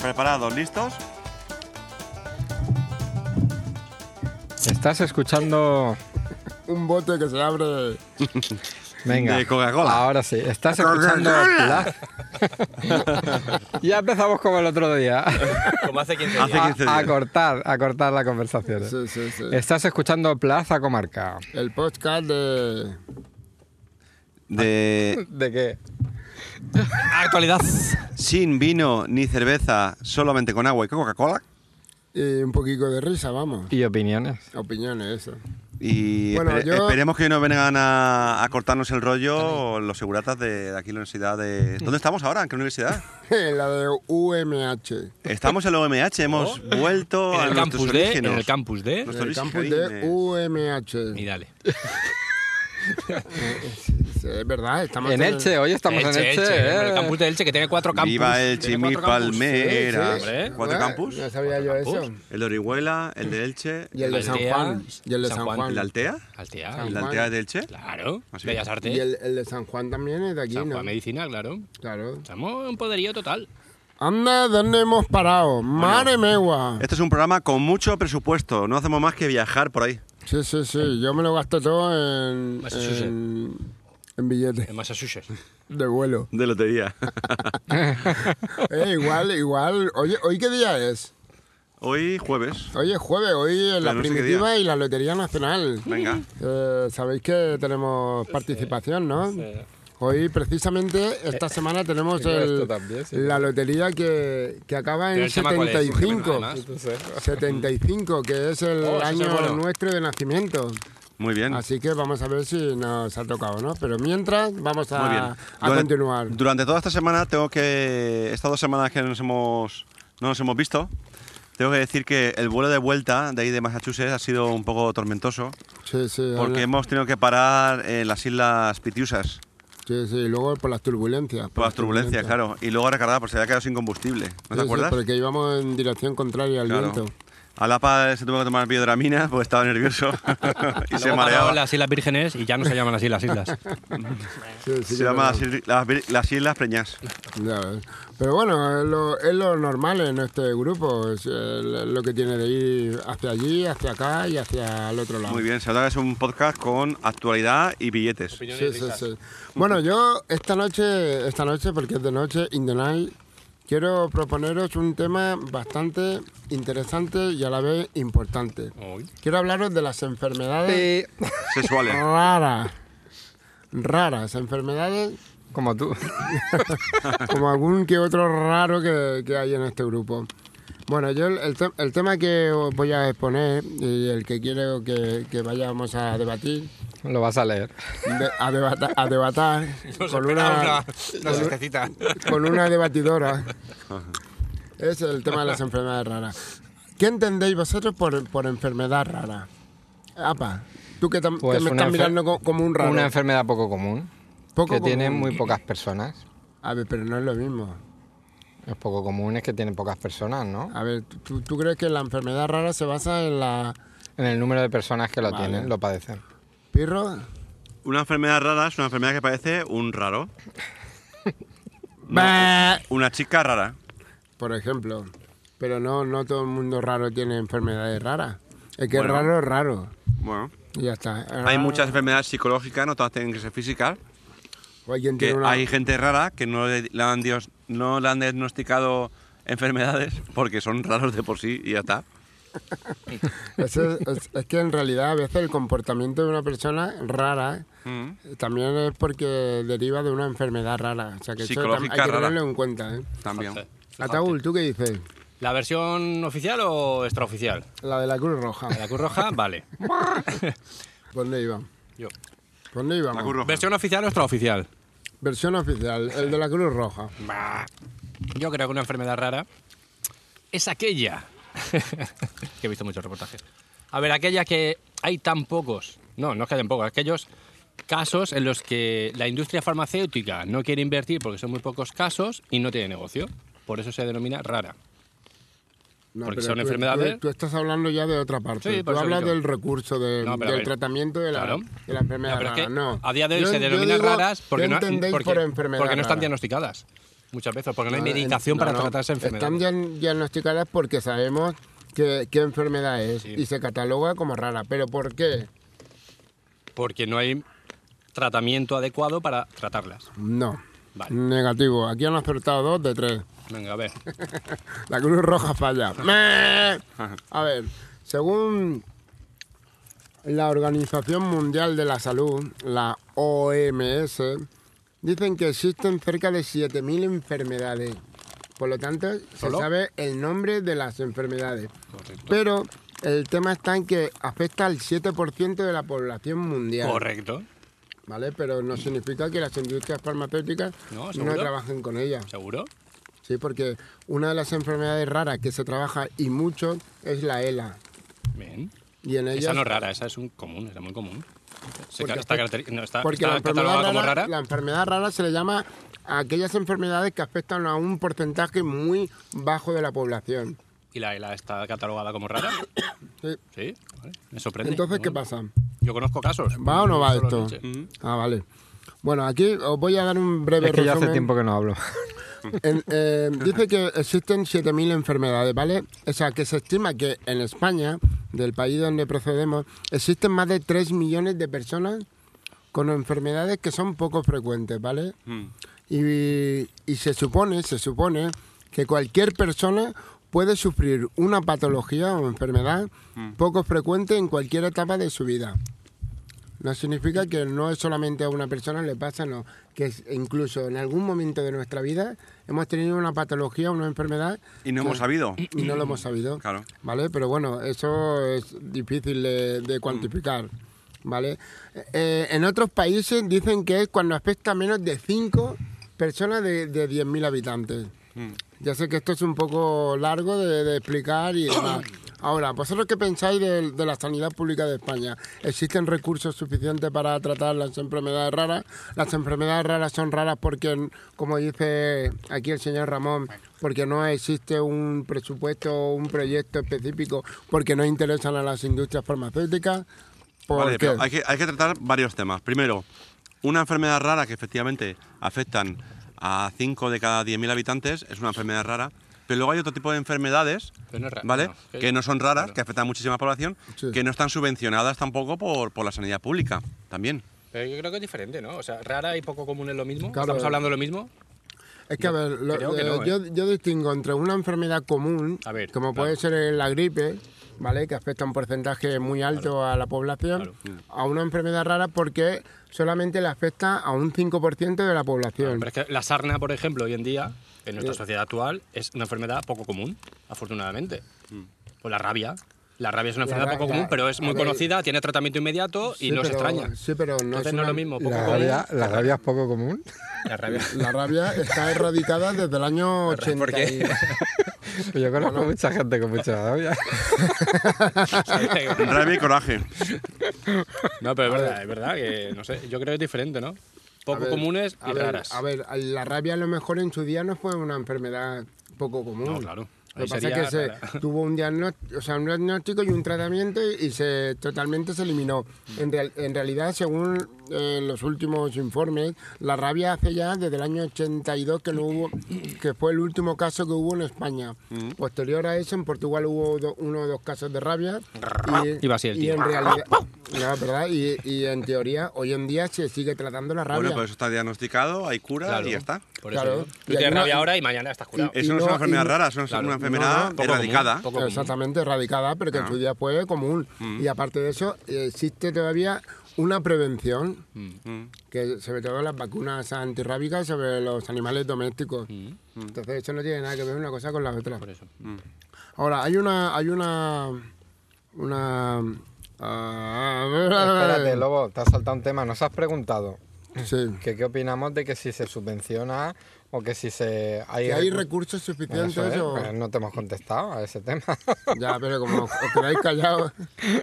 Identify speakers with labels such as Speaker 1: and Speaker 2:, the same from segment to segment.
Speaker 1: ¿Preparados? ¿Listos?
Speaker 2: Estás escuchando.
Speaker 3: Un bote que se abre.
Speaker 2: Venga.
Speaker 1: De Coca-Cola.
Speaker 2: Ahora sí. Estás escuchando. Pla- ya empezamos como el otro día.
Speaker 4: Como hace 15
Speaker 1: Hace
Speaker 4: días.
Speaker 2: A-
Speaker 1: 15
Speaker 2: a,
Speaker 1: días.
Speaker 2: cortar, a cortar la conversación. ¿eh?
Speaker 3: Sí, sí, sí.
Speaker 2: Estás escuchando Plaza Comarca.
Speaker 3: El podcast de.
Speaker 1: De
Speaker 2: ¿De qué?
Speaker 4: Actualidad.
Speaker 1: sin vino ni cerveza, solamente con agua y Coca-Cola.
Speaker 3: Y un poquito de risa, vamos.
Speaker 2: Y opiniones.
Speaker 3: Opiniones, eso.
Speaker 1: Y
Speaker 3: Bueno,
Speaker 1: espere-
Speaker 3: yo-
Speaker 1: esperemos que no vengan a, a cortarnos el rollo los seguratas de, de aquí, la universidad de... ¿Dónde estamos ahora? ¿En qué universidad?
Speaker 3: La de UMH.
Speaker 1: Estamos en la OMH, hemos vuelto
Speaker 4: En
Speaker 1: a
Speaker 4: el
Speaker 1: nuestros
Speaker 4: campus de. En
Speaker 1: orígenes.
Speaker 4: el campus de.
Speaker 1: Nuestros
Speaker 3: El campus
Speaker 1: orígenes.
Speaker 3: de UMH.
Speaker 4: Y dale.
Speaker 3: Sí, Es verdad, estamos
Speaker 2: En Elche, hoy estamos en Elche.
Speaker 4: en
Speaker 2: ¿eh?
Speaker 4: El campus de Elche, que tiene cuatro campus.
Speaker 1: Viva el
Speaker 4: Tiene
Speaker 1: Chimi
Speaker 4: cuatro campus.
Speaker 1: Palmera.
Speaker 4: Sí, sí, hombre.
Speaker 1: ¿Cuatro
Speaker 3: Ah,
Speaker 1: campus?
Speaker 3: No sabía yo eso.
Speaker 1: El de Orihuela, el de Elche,
Speaker 3: Y el de San
Speaker 4: Altea,
Speaker 3: Juan. Y el de San
Speaker 1: el
Speaker 3: Juan.
Speaker 1: de Altea,
Speaker 4: Altea.
Speaker 1: el de
Speaker 3: Juan.
Speaker 1: Altea de Elche.
Speaker 4: Claro.
Speaker 1: Así.
Speaker 4: Bellas Artes.
Speaker 3: Y el, el de San Juan también es de aquí,
Speaker 4: San
Speaker 3: ¿no?
Speaker 4: Juan Medicina, claro.
Speaker 3: Claro.
Speaker 4: Estamos en poderío total.
Speaker 3: Anda, ¿dónde hemos parado? ¡Mare megua!
Speaker 1: Este es un programa con mucho presupuesto, no hacemos más que viajar por ahí.
Speaker 3: Sí, sí, sí. Yo me lo gasté todo en.
Speaker 4: Massachusetts.
Speaker 3: En, en billetes
Speaker 4: En Massachusetts.
Speaker 3: de vuelo.
Speaker 1: De lotería.
Speaker 3: Eh, igual, igual. Oye, ¿hoy qué día es?
Speaker 1: Hoy jueves.
Speaker 3: Hoy es jueves, hoy es la
Speaker 1: Claro, no sé qué
Speaker 3: primitiva y la Lotería Nacional.
Speaker 1: Venga.
Speaker 3: Eh, Sabéis que tenemos participación, ¿no? Hoy, precisamente, esta semana tenemos
Speaker 2: yo Eh, esto
Speaker 3: el-
Speaker 2: también, sí.
Speaker 3: la lotería que, que acaba
Speaker 4: Pero
Speaker 3: en
Speaker 4: el tema cuál es, porque
Speaker 3: 75.
Speaker 4: además-
Speaker 3: 75, que es el
Speaker 4: Oh, eso es
Speaker 3: año
Speaker 4: bueno.
Speaker 3: nuestro de nacimiento.
Speaker 1: Muy bien.
Speaker 3: Así que vamos a ver si nos ha tocado, ¿no? Pero mientras, vamos
Speaker 1: Muy bien.
Speaker 3: a, a
Speaker 1: Durante-
Speaker 3: continuar.
Speaker 1: Durante toda esta semana tengo que... Estas dos semanas que nos hemos, no nos hemos visto, tengo que decir que el vuelo de vuelta de ahí de Massachusetts ha sido un poco tormentoso
Speaker 3: Sí, sí,
Speaker 1: porque
Speaker 3: habla-
Speaker 1: hemos tenido que parar en las Islas Pitiusas
Speaker 3: sí, sí, y luego por las turbulencias.
Speaker 1: por las turbulencias, claro. Y luego recargar porque se había quedado sin combustible. ¿No
Speaker 3: Sí,
Speaker 1: te
Speaker 3: sí,
Speaker 1: acuerdas?
Speaker 3: porque íbamos en dirección contraria al
Speaker 1: Claro.
Speaker 3: viento.
Speaker 1: Alapa se tuvo que tomar biodramina porque estaba nervioso y se
Speaker 4: Luego paró
Speaker 1: mareaba.
Speaker 4: las Islas Vírgenes y ya no se llaman así las islas.
Speaker 3: Sí, sí,
Speaker 1: Se
Speaker 3: que
Speaker 1: llama
Speaker 3: es
Speaker 1: las, isl- las vir- las Islas Preñas.
Speaker 3: verdad. Ya ves. Pero bueno, es lo, es lo normal en este grupo, es eh, lo que tiene de ir hacia allí, hacia acá y hacia el otro lado.
Speaker 1: Ah. Muy bien, se nota que es un podcast con actualidad y billetes.
Speaker 3: Sí, sí, sí. Bueno, yo esta noche, esta noche, porque es de noche, in the night, quiero proponeros un tema bastante interesante y a la vez importante.
Speaker 4: Uy.
Speaker 3: Quiero hablaros de las enfermedades
Speaker 2: Sí,
Speaker 1: Sexuales.
Speaker 3: raras. Raras, enfermedades
Speaker 2: Como tú.
Speaker 3: como algún que otro raro que, que hay en este grupo. Bueno, yo el, el te- el tema que os voy a exponer y el que quiero que, que vayamos a debatir,
Speaker 2: Lo vas a leer.
Speaker 3: de- a, debata- a debatar con una, con una debatidora, es el tema de las enfermedades raras. ¿Qué entendéis vosotros por, por enfermedad rara? Apa, tú que, tam-
Speaker 2: Pues
Speaker 3: que me
Speaker 2: una
Speaker 3: estás
Speaker 2: enfer-
Speaker 3: mirando co- como un raro.
Speaker 2: Una enfermedad poco común.
Speaker 3: Poco
Speaker 2: que tienen
Speaker 3: común.
Speaker 2: muy pocas personas.
Speaker 3: A ver, pero no es lo mismo.
Speaker 2: Es poco común, es que tienen pocas personas, ¿no?
Speaker 3: A ver, ¿tú- ¿tú, tú crees que la enfermedad rara se basa en la...
Speaker 2: En el número de personas que lo
Speaker 3: Vale.
Speaker 2: tienen, lo padecen.
Speaker 3: ¿Pirro?
Speaker 1: Una enfermedad rara es una enfermedad que parece un raro.
Speaker 3: Bah.
Speaker 1: Una chica rara.
Speaker 3: Por ejemplo. Pero no, no todo el mundo raro tiene enfermedades raras. El que
Speaker 1: Bueno.
Speaker 3: es raro es raro.
Speaker 1: Bueno.
Speaker 3: Y ya está.
Speaker 1: Hay muchas enfermedades psicológicas, no todas tienen que ser físicas.
Speaker 3: O hay quien
Speaker 1: Que
Speaker 3: tiene una-
Speaker 1: hay gente rara que no le, le han dios- no le han diagnosticado enfermedades porque son raros de por sí y ya está.
Speaker 3: Ese- Es, es que en realidad a veces el comportamiento de una persona rara
Speaker 1: Mm.
Speaker 3: también es porque deriva de una enfermedad rara. O sea que eso tam- hay
Speaker 1: Psicológica
Speaker 3: que
Speaker 1: rara.
Speaker 3: tenerlo en cuenta. ¿eh?
Speaker 1: También.
Speaker 3: Ataúl, ¿tú qué dices?
Speaker 4: ¿La versión oficial o extraoficial?
Speaker 3: La de la Cruz Roja.
Speaker 4: ¿La Cruz Roja? Vale.
Speaker 3: ¿Dónde iba?
Speaker 4: Yo.
Speaker 3: ¿Dónde
Speaker 1: La
Speaker 3: íbamos?
Speaker 1: Cruz Roja.
Speaker 4: ¿Versión oficial o extraoficial?
Speaker 3: Versión oficial, el de la Cruz Roja.
Speaker 4: Bah. Yo creo que una enfermedad rara es aquella. que he visto muchos reportajes. A ver, aquella que hay tan pocos. No, no es que hayan pocos, aquellos casos en los que la industria farmacéutica no quiere invertir porque son muy pocos casos y no tiene negocio. Por eso se denomina rara.
Speaker 3: No,
Speaker 4: Porque
Speaker 3: pero
Speaker 4: son
Speaker 3: tú-
Speaker 4: enfermedades.
Speaker 3: Tú, tú estás hablando ya de otra parte.
Speaker 4: Sí, por
Speaker 3: tú
Speaker 4: eso
Speaker 3: hablas
Speaker 4: digo.
Speaker 3: del recurso, de-
Speaker 4: No, pero a
Speaker 3: del
Speaker 4: ver.
Speaker 3: tratamiento de la,
Speaker 4: Claro.
Speaker 3: de la enfermedad
Speaker 4: No, pero es
Speaker 3: rara.
Speaker 4: que
Speaker 3: Ah, no.
Speaker 4: a día de hoy
Speaker 3: Yo-
Speaker 4: se
Speaker 3: yo
Speaker 4: denominan
Speaker 3: digo,
Speaker 4: raras porque
Speaker 3: ¿qué
Speaker 4: no,
Speaker 3: entendéis
Speaker 4: porque-
Speaker 3: por enfermedad
Speaker 4: porque no están
Speaker 3: rara?
Speaker 4: diagnosticadas. muchas veces, porque no hay
Speaker 3: No, en-
Speaker 4: medicación
Speaker 3: no,
Speaker 4: para
Speaker 3: no.
Speaker 4: tratar esa enfermedad.
Speaker 3: Están dian- diagnosticadas porque sabemos que- qué enfermedad es
Speaker 4: Sí.
Speaker 3: y se cataloga como rara. ¿Pero por qué?
Speaker 4: Porque no hay tratamiento adecuado para tratarlas.
Speaker 3: No.
Speaker 4: Vale.
Speaker 3: Negativo. Aquí han acertado dos de tres.
Speaker 4: Venga, a ver.
Speaker 3: La Cruz Roja falla. ¡Meh! A ver, según la Organización Mundial de la Salud, la OMS, dicen que existen cerca de 7.000 enfermedades. Por lo tanto, se
Speaker 4: ¿Solo?
Speaker 3: sabe el nombre de las enfermedades. Pero el tema está en que afecta al 7% de la población mundial.
Speaker 4: Correcto,
Speaker 3: ¿Vale? Pero no significa que las industrias farmacéuticas
Speaker 4: No,
Speaker 3: no,
Speaker 4: ¿seguro?
Speaker 3: trabajen con ellas.
Speaker 4: seguro.
Speaker 3: Sí, porque una de las enfermedades raras que se trabaja y mucho es la ELA.
Speaker 4: Bien.
Speaker 3: Y en ella.
Speaker 4: Esa no es rara, esa es un común, era muy común. Se
Speaker 3: Porque
Speaker 4: ca- está
Speaker 3: afecta-
Speaker 4: caracteri- no, está-
Speaker 3: Porque
Speaker 4: está
Speaker 3: la, enfermedad
Speaker 4: catalogada
Speaker 3: rara,
Speaker 4: como rara.
Speaker 3: la enfermedad rara se le llama a aquellas enfermedades que afectan a un porcentaje muy bajo de la población.
Speaker 4: ¿Y la, la está catalogada como rara?
Speaker 3: Sí.
Speaker 4: Sí, vale. me sorprende.
Speaker 3: Entonces, ¿qué
Speaker 4: Bueno,
Speaker 3: pasa?
Speaker 4: Yo conozco casos.
Speaker 3: ¿Va o no va
Speaker 4: Solo
Speaker 3: esto?
Speaker 4: leche.
Speaker 3: Ah, vale. Bueno, aquí os voy a dar un breve
Speaker 2: Es que ya hace
Speaker 3: resumen.
Speaker 2: tiempo que no hablo.
Speaker 3: En- eh, dice que existen 7.000 enfermedades, ¿vale? O sea, que se estima que en España, del país donde procedemos, existen más de 3 millones de personas con enfermedades que son poco frecuentes, ¿vale?
Speaker 1: Mm.
Speaker 3: Y, y se supone, se supone que cualquier persona puede sufrir una patología o enfermedad poco frecuente en cualquier etapa de su vida. No significa que no es solamente a una persona le pasa, no. Que es- incluso en algún momento de nuestra vida hemos tenido una patología, una enfermedad
Speaker 1: Y no
Speaker 3: que-
Speaker 1: hemos sabido.
Speaker 3: y no lo hemos sabido.
Speaker 1: Claro.
Speaker 3: ¿Vale? Pero bueno, eso es difícil de, de cuantificar. ¿Vale? Eh, en otros países dicen que es cuando afecta a menos de 5 personas de, de 10.000 habitantes. Ya sé que esto es un poco largo de, de explicar y demás. Ahora, ¿vosotros qué pensáis de, de la sanidad pública de España? ¿Existen recursos suficientes para tratar las enfermedades raras? Las enfermedades raras son raras porque, como dice aquí el señor Ramón, porque no existe un presupuesto o un proyecto específico, porque no interesan a las industrias farmacéuticas. ¿Por
Speaker 1: Vale,
Speaker 3: qué?
Speaker 1: pero hay que, hay que tratar varios temas. Primero, una enfermedad rara que efectivamente afectan a 5 de cada 10.000 habitantes, es una enfermedad rara. Pero luego hay otro tipo de enfermedades,
Speaker 4: Pero no es rara,
Speaker 1: ¿vale?
Speaker 4: no, que-
Speaker 1: que no son raras, que afectan a muchísima población,
Speaker 3: Sí.
Speaker 1: que no están subvencionadas tampoco por, por la sanidad pública, también.
Speaker 4: Pero yo creo que es diferente, ¿no? O sea, rara y poco común es lo mismo.
Speaker 3: Claro.
Speaker 4: Estamos hablando de lo mismo.
Speaker 3: Es que, a ver, lo-
Speaker 4: creo que
Speaker 3: eh,
Speaker 4: no, ¿eh?
Speaker 3: yo, yo distingo entre una enfermedad común,
Speaker 4: A ver,
Speaker 3: como
Speaker 4: claro.
Speaker 3: puede ser la gripe, ¿vale? Que afecta a un porcentaje muy alto a la población, a una enfermedad rara porque solamente le afecta a un 5% de la población.
Speaker 4: Pero es que la sarna, por ejemplo, hoy en día, en nuestra
Speaker 3: Eh.
Speaker 4: sociedad actual, es una enfermedad poco común, afortunadamente. O la rabia. La rabia es una
Speaker 3: Mm. La
Speaker 4: enfermedad poco
Speaker 3: rabia,
Speaker 4: común, pero es
Speaker 3: a
Speaker 4: muy
Speaker 3: ver.
Speaker 4: conocida, tiene tratamiento inmediato y
Speaker 3: Sí,
Speaker 4: no se
Speaker 3: pero-
Speaker 4: extraña.
Speaker 3: Sí, pero no
Speaker 4: Entonces
Speaker 3: es
Speaker 4: no es
Speaker 3: una-
Speaker 4: lo mismo, poco
Speaker 2: La
Speaker 4: común.
Speaker 2: rabia, la rabia es poco común.
Speaker 4: La rabia.
Speaker 3: La rabia está erradicada desde el año 80.
Speaker 4: ¿Por qué?
Speaker 2: Pues Yo conozco mucha gente con mucha rabia.
Speaker 1: Rabia y coraje.
Speaker 4: no, pero es verdad, es verdad que, no sé, yo creo que es diferente, ¿no? Poco
Speaker 3: ver,
Speaker 4: comunes y
Speaker 3: a ver,
Speaker 4: raras.
Speaker 3: A ver, la rabia a lo mejor en su día no fue una enfermedad poco común.
Speaker 4: No, claro.
Speaker 3: Lo
Speaker 4: Ahí
Speaker 3: que pasa es
Speaker 4: sería
Speaker 3: que se
Speaker 4: rara.
Speaker 3: tuvo un diagnóstico, o sea, un diagnóstico y un tratamiento y y se totalmente se eliminó.
Speaker 4: Mm.
Speaker 3: En, real- en realidad, según eh, los últimos informes, la rabia hace ya desde el año 82 que no hubo, que fue el último caso que hubo en España.
Speaker 4: Mm.
Speaker 3: Posterior a eso, en Portugal hubo do- uno o dos casos de rabia y,
Speaker 4: Iba así el
Speaker 3: y
Speaker 4: tío.
Speaker 3: en realidad, no, es verdad, y, y en teoría hoy en día se sigue tratando la rabia.
Speaker 1: Bueno, pues está diagnosticado, hay cura
Speaker 4: Claro.
Speaker 1: y ya está.
Speaker 4: Por eso.
Speaker 3: Claro.
Speaker 4: digo.
Speaker 3: Y
Speaker 4: Tú
Speaker 3: hay
Speaker 4: tienes
Speaker 3: una-
Speaker 4: rabia ahora y mañana estás curado.
Speaker 1: Eso
Speaker 3: Y
Speaker 1: no es
Speaker 3: no-
Speaker 1: una enfermedad
Speaker 3: y-
Speaker 1: rara, eso es
Speaker 4: Claro.
Speaker 1: una enfermedad
Speaker 4: No, no, poco
Speaker 1: erradicada.
Speaker 4: común, poco común. Mm.
Speaker 3: Exactamente erradicada, pero que en su día fue común. Y aparte de eso, existe todavía una prevención,
Speaker 4: Mm.
Speaker 3: que sobre todo las vacunas antirrábicas sobre los animales domésticos. Entonces eso no tiene nada que ver una cosa con la otra. Mm.
Speaker 4: Mm. Por eso.
Speaker 3: Ahora, hay una... Hay una... Una... ah,
Speaker 2: Espérate, Lobo, te has saltado un tema. Nos has preguntado
Speaker 3: sí.
Speaker 2: que qué opinamos de que si se subvenciona o que si se...
Speaker 3: Que hay
Speaker 2: recu-
Speaker 3: recursos
Speaker 2: Bueno,
Speaker 3: suficientes
Speaker 2: eso es,
Speaker 3: o...
Speaker 2: pero no te hemos contestado a ese tema.
Speaker 3: Ya, pero como os quedáis callados...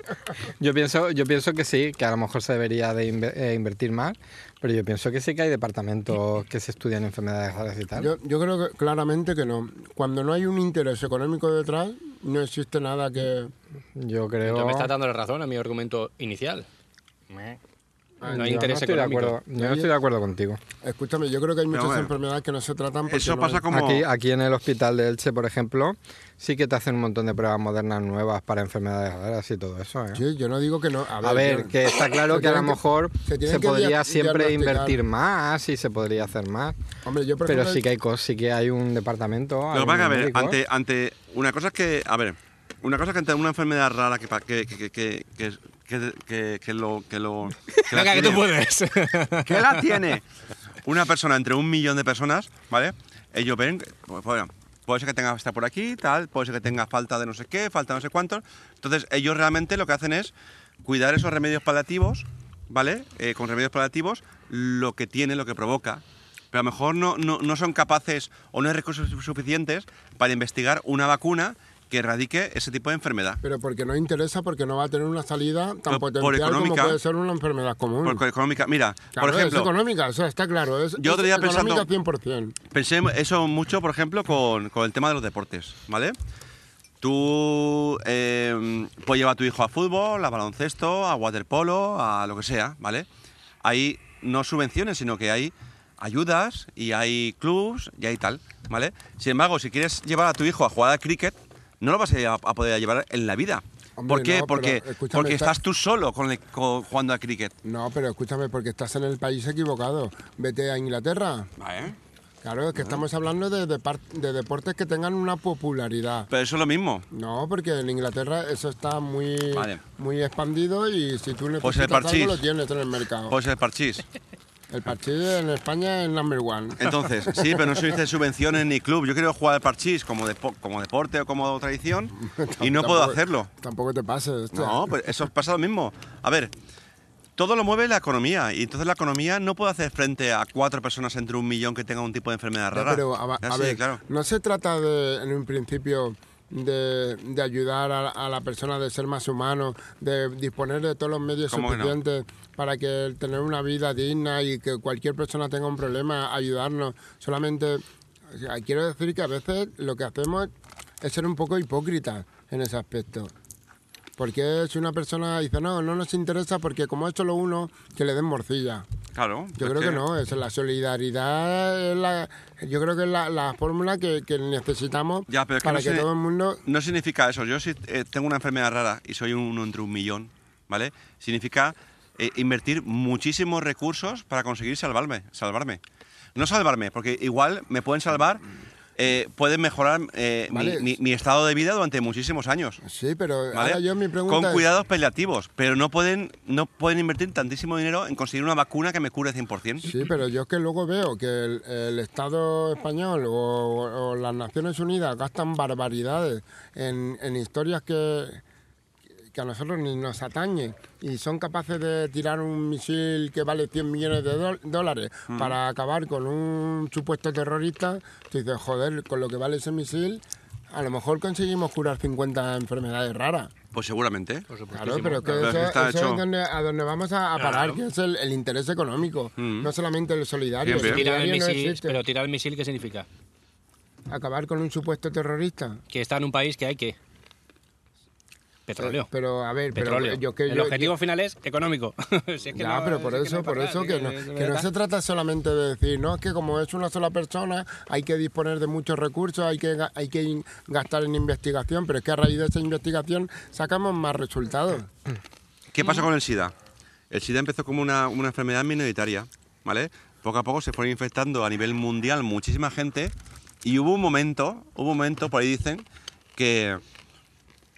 Speaker 2: Yo pienso, yo pienso que sí, que a lo mejor se debería de inve- eh, invertir más, pero yo pienso que sí que hay departamentos que se estudian enfermedades raras y tal.
Speaker 3: Yo, yo creo que claramente que no. Cuando no hay un interés económico detrás, no existe nada que...
Speaker 2: Yo
Speaker 4: Entonces
Speaker 2: creo...
Speaker 3: Ah,
Speaker 4: me estás dando la razón a mi argumento inicial.
Speaker 2: yo
Speaker 4: no hay interés
Speaker 2: estoy de
Speaker 4: económico.
Speaker 2: acuerdo, yo no estoy de acuerdo contigo.
Speaker 3: Escúchame, yo creo que hay muchas
Speaker 1: bueno,
Speaker 3: enfermedades que no se tratan porque
Speaker 1: Eso
Speaker 3: no-
Speaker 1: pasa como...
Speaker 2: Aquí, aquí en el hospital de Elche, por ejemplo, sí que te hacen un montón de pruebas modernas nuevas para enfermedades raras y todo eso. ¿eh?
Speaker 3: Sí, yo no digo que no. A ver,
Speaker 2: A ver,
Speaker 3: yo-
Speaker 2: que está claro
Speaker 3: se
Speaker 2: que a lo
Speaker 3: tienen
Speaker 2: mejor
Speaker 3: se
Speaker 2: se,
Speaker 3: tienen que
Speaker 2: podría
Speaker 3: dia-
Speaker 2: siempre
Speaker 3: diagnosticar.
Speaker 2: invertir más y se podría hacer más.
Speaker 3: Hombre, yo por
Speaker 2: Pero
Speaker 3: ejemplo,
Speaker 2: sí que hay cosas, sí que hay un departamento.
Speaker 1: Lo que pasa es que, a
Speaker 2: algún
Speaker 1: ver,
Speaker 2: médico. ¿eh?
Speaker 1: ante, ante una cosa es que, a ver, una cosa es que ante una enfermedad rara que, pa- que, que, que, que, que, que- que lo... Que lo que la
Speaker 4: Venga, que tú
Speaker 1: tiene-
Speaker 4: puedes.
Speaker 1: que la tiene una persona entre un millón de personas, ¿vale? Ellos ven, pues, bueno, puede ser que tenga hasta por aquí, tal, puede ser que tenga falta de no sé qué, falta de no sé cuántos. Entonces, ellos realmente lo que hacen es cuidar esos remedios paliativos, ¿vale? Eh, con remedios paliativos, lo que tiene, lo que provoca. Pero a lo mejor no, no, no son capaces o no hay recursos su- suficientes para investigar una vacuna que erradique ese tipo de enfermedad.
Speaker 3: Pero porque no interesa, porque no va a tener una salida tan
Speaker 1: Pero por
Speaker 3: potencial como
Speaker 1: económica.
Speaker 3: puede ser una enfermedad común.
Speaker 1: Por, económica. Mira,
Speaker 3: Claro,
Speaker 1: por
Speaker 3: es
Speaker 1: ejemplo,
Speaker 3: económica, eso está claro. Es,
Speaker 1: Yo otro
Speaker 3: es
Speaker 1: día pensando-
Speaker 3: económica 100%.
Speaker 1: Pensé eso mucho, por ejemplo, con, con el tema de los deportes, ¿vale? Tú eh, puedes llevar a tu hijo a fútbol, a baloncesto, a waterpolo, a lo que sea, ¿vale? Hay no subvenciones, sino que hay ayudas y hay clubs y hay tal, ¿vale? Sin embargo, si quieres llevar a tu hijo a jugar a cricket, no lo vas a, llevar- a poder llevar en la vida.
Speaker 3: Hombre,
Speaker 1: ¿Por qué?
Speaker 3: no, pero
Speaker 1: porque,
Speaker 3: escúchame,
Speaker 1: porque
Speaker 3: está-
Speaker 1: estás tú solo con el- co- jugando a cricket.
Speaker 3: No, pero escúchame, porque estás en el país equivocado. Vete a Inglaterra.
Speaker 1: ¿Vale?
Speaker 3: Claro, es que estamos hablando de, depar- de deportes que tengan una popularidad.
Speaker 1: Pero eso es lo mismo.
Speaker 3: No, porque en Inglaterra eso está muy,
Speaker 1: Vale.
Speaker 3: muy expandido y si tú
Speaker 1: Pues el
Speaker 3: necesitas
Speaker 1: parchís.
Speaker 3: algo lo tienes en el mercado.
Speaker 1: Pues el parchís.
Speaker 3: El parchís en España es number one.
Speaker 1: Entonces, sí, pero no se dice subvenciones ni club. Yo quiero jugar al parchís como, depo- como deporte o como tradición y no puedo
Speaker 3: Tampoco-
Speaker 1: hacerlo.
Speaker 3: Tampoco te pases. hostia.
Speaker 1: No, pues eso pasa lo mismo. A ver, todo lo mueve la economía y entonces la economía no puede hacer frente a cuatro personas entre un millón que tengan un tipo de enfermedad
Speaker 3: Ya,
Speaker 1: rara.
Speaker 3: pero a,
Speaker 1: Ya,
Speaker 3: a
Speaker 1: sí,
Speaker 3: ver,
Speaker 1: claro.
Speaker 3: no se trata de, en un principio de, de ayudar a, a la persona de ser más humano, de disponer de todos los medios
Speaker 1: ¿Cómo que no?
Speaker 3: suficientes para que el tener una vida digna y que cualquier persona tenga un problema, ayudarnos. Solamente o sea, quiero decir que a veces lo que hacemos es ser un poco hipócritas en ese aspecto. Porque si una persona dice, no, no nos interesa porque como es solo uno, que le den morcilla.
Speaker 1: Claro.
Speaker 3: Yo
Speaker 1: es
Speaker 3: creo que no, es la solidaridad es la, yo creo que es la, la fórmula que, que necesitamos
Speaker 1: Ya, pero es que
Speaker 3: para
Speaker 1: no
Speaker 3: que
Speaker 1: sé-
Speaker 3: todo el mundo...
Speaker 1: No significa eso. Yo si eh, tengo una enfermedad rara y soy uno entre un millón, ¿vale? Significa eh, invertir muchísimos recursos para conseguir salvarme, salvarme. No salvarme, porque igual me pueden salvar, eh, pueden mejorar eh, mi-
Speaker 3: Vale.
Speaker 1: mi, mi estado de vida durante muchísimos años.
Speaker 3: Sí, pero
Speaker 1: ¿vale?
Speaker 3: ahora yo mi pregunta
Speaker 1: Con
Speaker 3: es-
Speaker 1: cuidados paliativos, pero no pueden, no pueden invertir tantísimo dinero en conseguir una vacuna que me cure 100%.
Speaker 3: Sí, pero yo es que luego veo que el, el Estado español o, o- o las Naciones Unidas gastan barbaridades en, en historias que, que a nosotros ni nos atañen y son capaces de tirar un misil que vale 100 millones de dol- dólares para acabar con un supuesto terrorista. Tú dices, joder, con lo que vale ese misil, a lo mejor conseguimos curar 50 enfermedades raras.
Speaker 1: Pues seguramente.
Speaker 4: Por
Speaker 3: Claro,
Speaker 4: supuestísimo.
Speaker 3: pero que
Speaker 1: Pero
Speaker 3: eso,
Speaker 1: está
Speaker 3: eso
Speaker 1: hecho-
Speaker 3: es donde, a donde vamos a, a parar, que es el, el interés económico, no solamente el solidario.
Speaker 1: Mm. Bien,
Speaker 3: El
Speaker 1: bien.
Speaker 4: Tirar el
Speaker 3: solidario no
Speaker 4: misil,
Speaker 3: existe.
Speaker 4: pero tirar el misil, ¿qué significa?
Speaker 3: Acabar con un supuesto terrorista.
Speaker 4: Que está en un país que hay que... Petróleo.
Speaker 3: Pero a ver, pero
Speaker 4: Petróleo.
Speaker 3: yo que
Speaker 4: el
Speaker 3: yo-
Speaker 4: objetivo final es económico. Si es que
Speaker 3: ya,
Speaker 4: no-
Speaker 3: pero por
Speaker 4: si es que
Speaker 3: eso,
Speaker 4: no hay
Speaker 3: por
Speaker 4: para
Speaker 3: eso que
Speaker 4: atrás,
Speaker 3: no,
Speaker 4: es
Speaker 3: que no
Speaker 4: verdad.
Speaker 3: se trata solamente de decir, no, es que como es una sola persona, hay que disponer de muchos recursos, hay que, ga- hay que in- gastar en investigación, pero es que a raíz de esa investigación sacamos más resultados.
Speaker 1: ¿Qué pasa con el SIDA? El SIDA empezó como una, una enfermedad minoritaria, ¿vale? Poco a poco se fueron infectando a nivel mundial muchísima gente y hubo un momento, hubo un momento, por ahí dicen, que,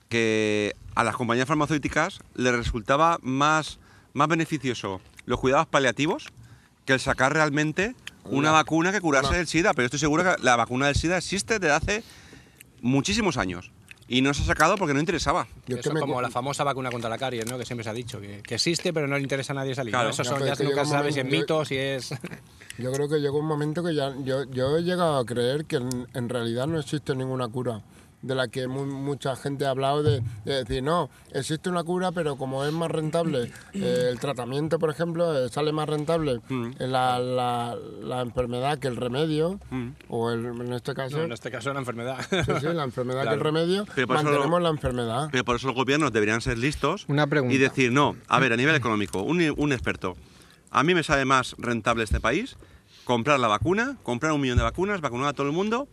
Speaker 1: que a las compañías farmacéuticas les resultaba más, más beneficioso los cuidados paliativos que el sacar realmente una vacuna que curase el SIDA. Pero estoy seguro que la vacuna del SIDA existe desde hace muchísimos años y no se ha sacado porque no interesaba.
Speaker 3: Yo es que
Speaker 4: Eso es
Speaker 3: me-
Speaker 4: como la famosa vacuna contra la caries, ¿no? Que siempre se ha dicho, que, que existe, pero no le interesa a nadie salir.
Speaker 1: Claro.
Speaker 4: ¿no? Eso
Speaker 3: Ya,
Speaker 4: son,
Speaker 3: pero
Speaker 4: ya
Speaker 3: es que
Speaker 4: nunca
Speaker 3: llega un
Speaker 4: sabes si es
Speaker 3: momento-
Speaker 4: mito, si es...
Speaker 3: Yo creo que llegó un momento que ya yo, yo he llegado a creer que en, en realidad no existe ninguna cura de la que mu- mucha gente ha hablado de, de decir, no, existe una cura, pero como es más rentable, eh, el tratamiento, por ejemplo, eh, sale más rentable
Speaker 1: Mm.
Speaker 3: eh, la, la- la enfermedad que el remedio,
Speaker 1: Mm.
Speaker 3: o el- en este caso,
Speaker 4: No, en este caso la enfermedad.
Speaker 3: sí, sí, la enfermedad
Speaker 4: Claro.
Speaker 3: que el remedio,
Speaker 1: Pero por eso
Speaker 3: mantenemos
Speaker 1: lo-
Speaker 3: la enfermedad.
Speaker 1: Pero por eso los gobiernos deberían ser listos
Speaker 2: Una pregunta.
Speaker 1: y decir, no, a ver, a nivel económico, un, un experto, a mí me sale más rentable este país comprar la vacuna, comprar un millón de vacunas, vacunar a todo el mundo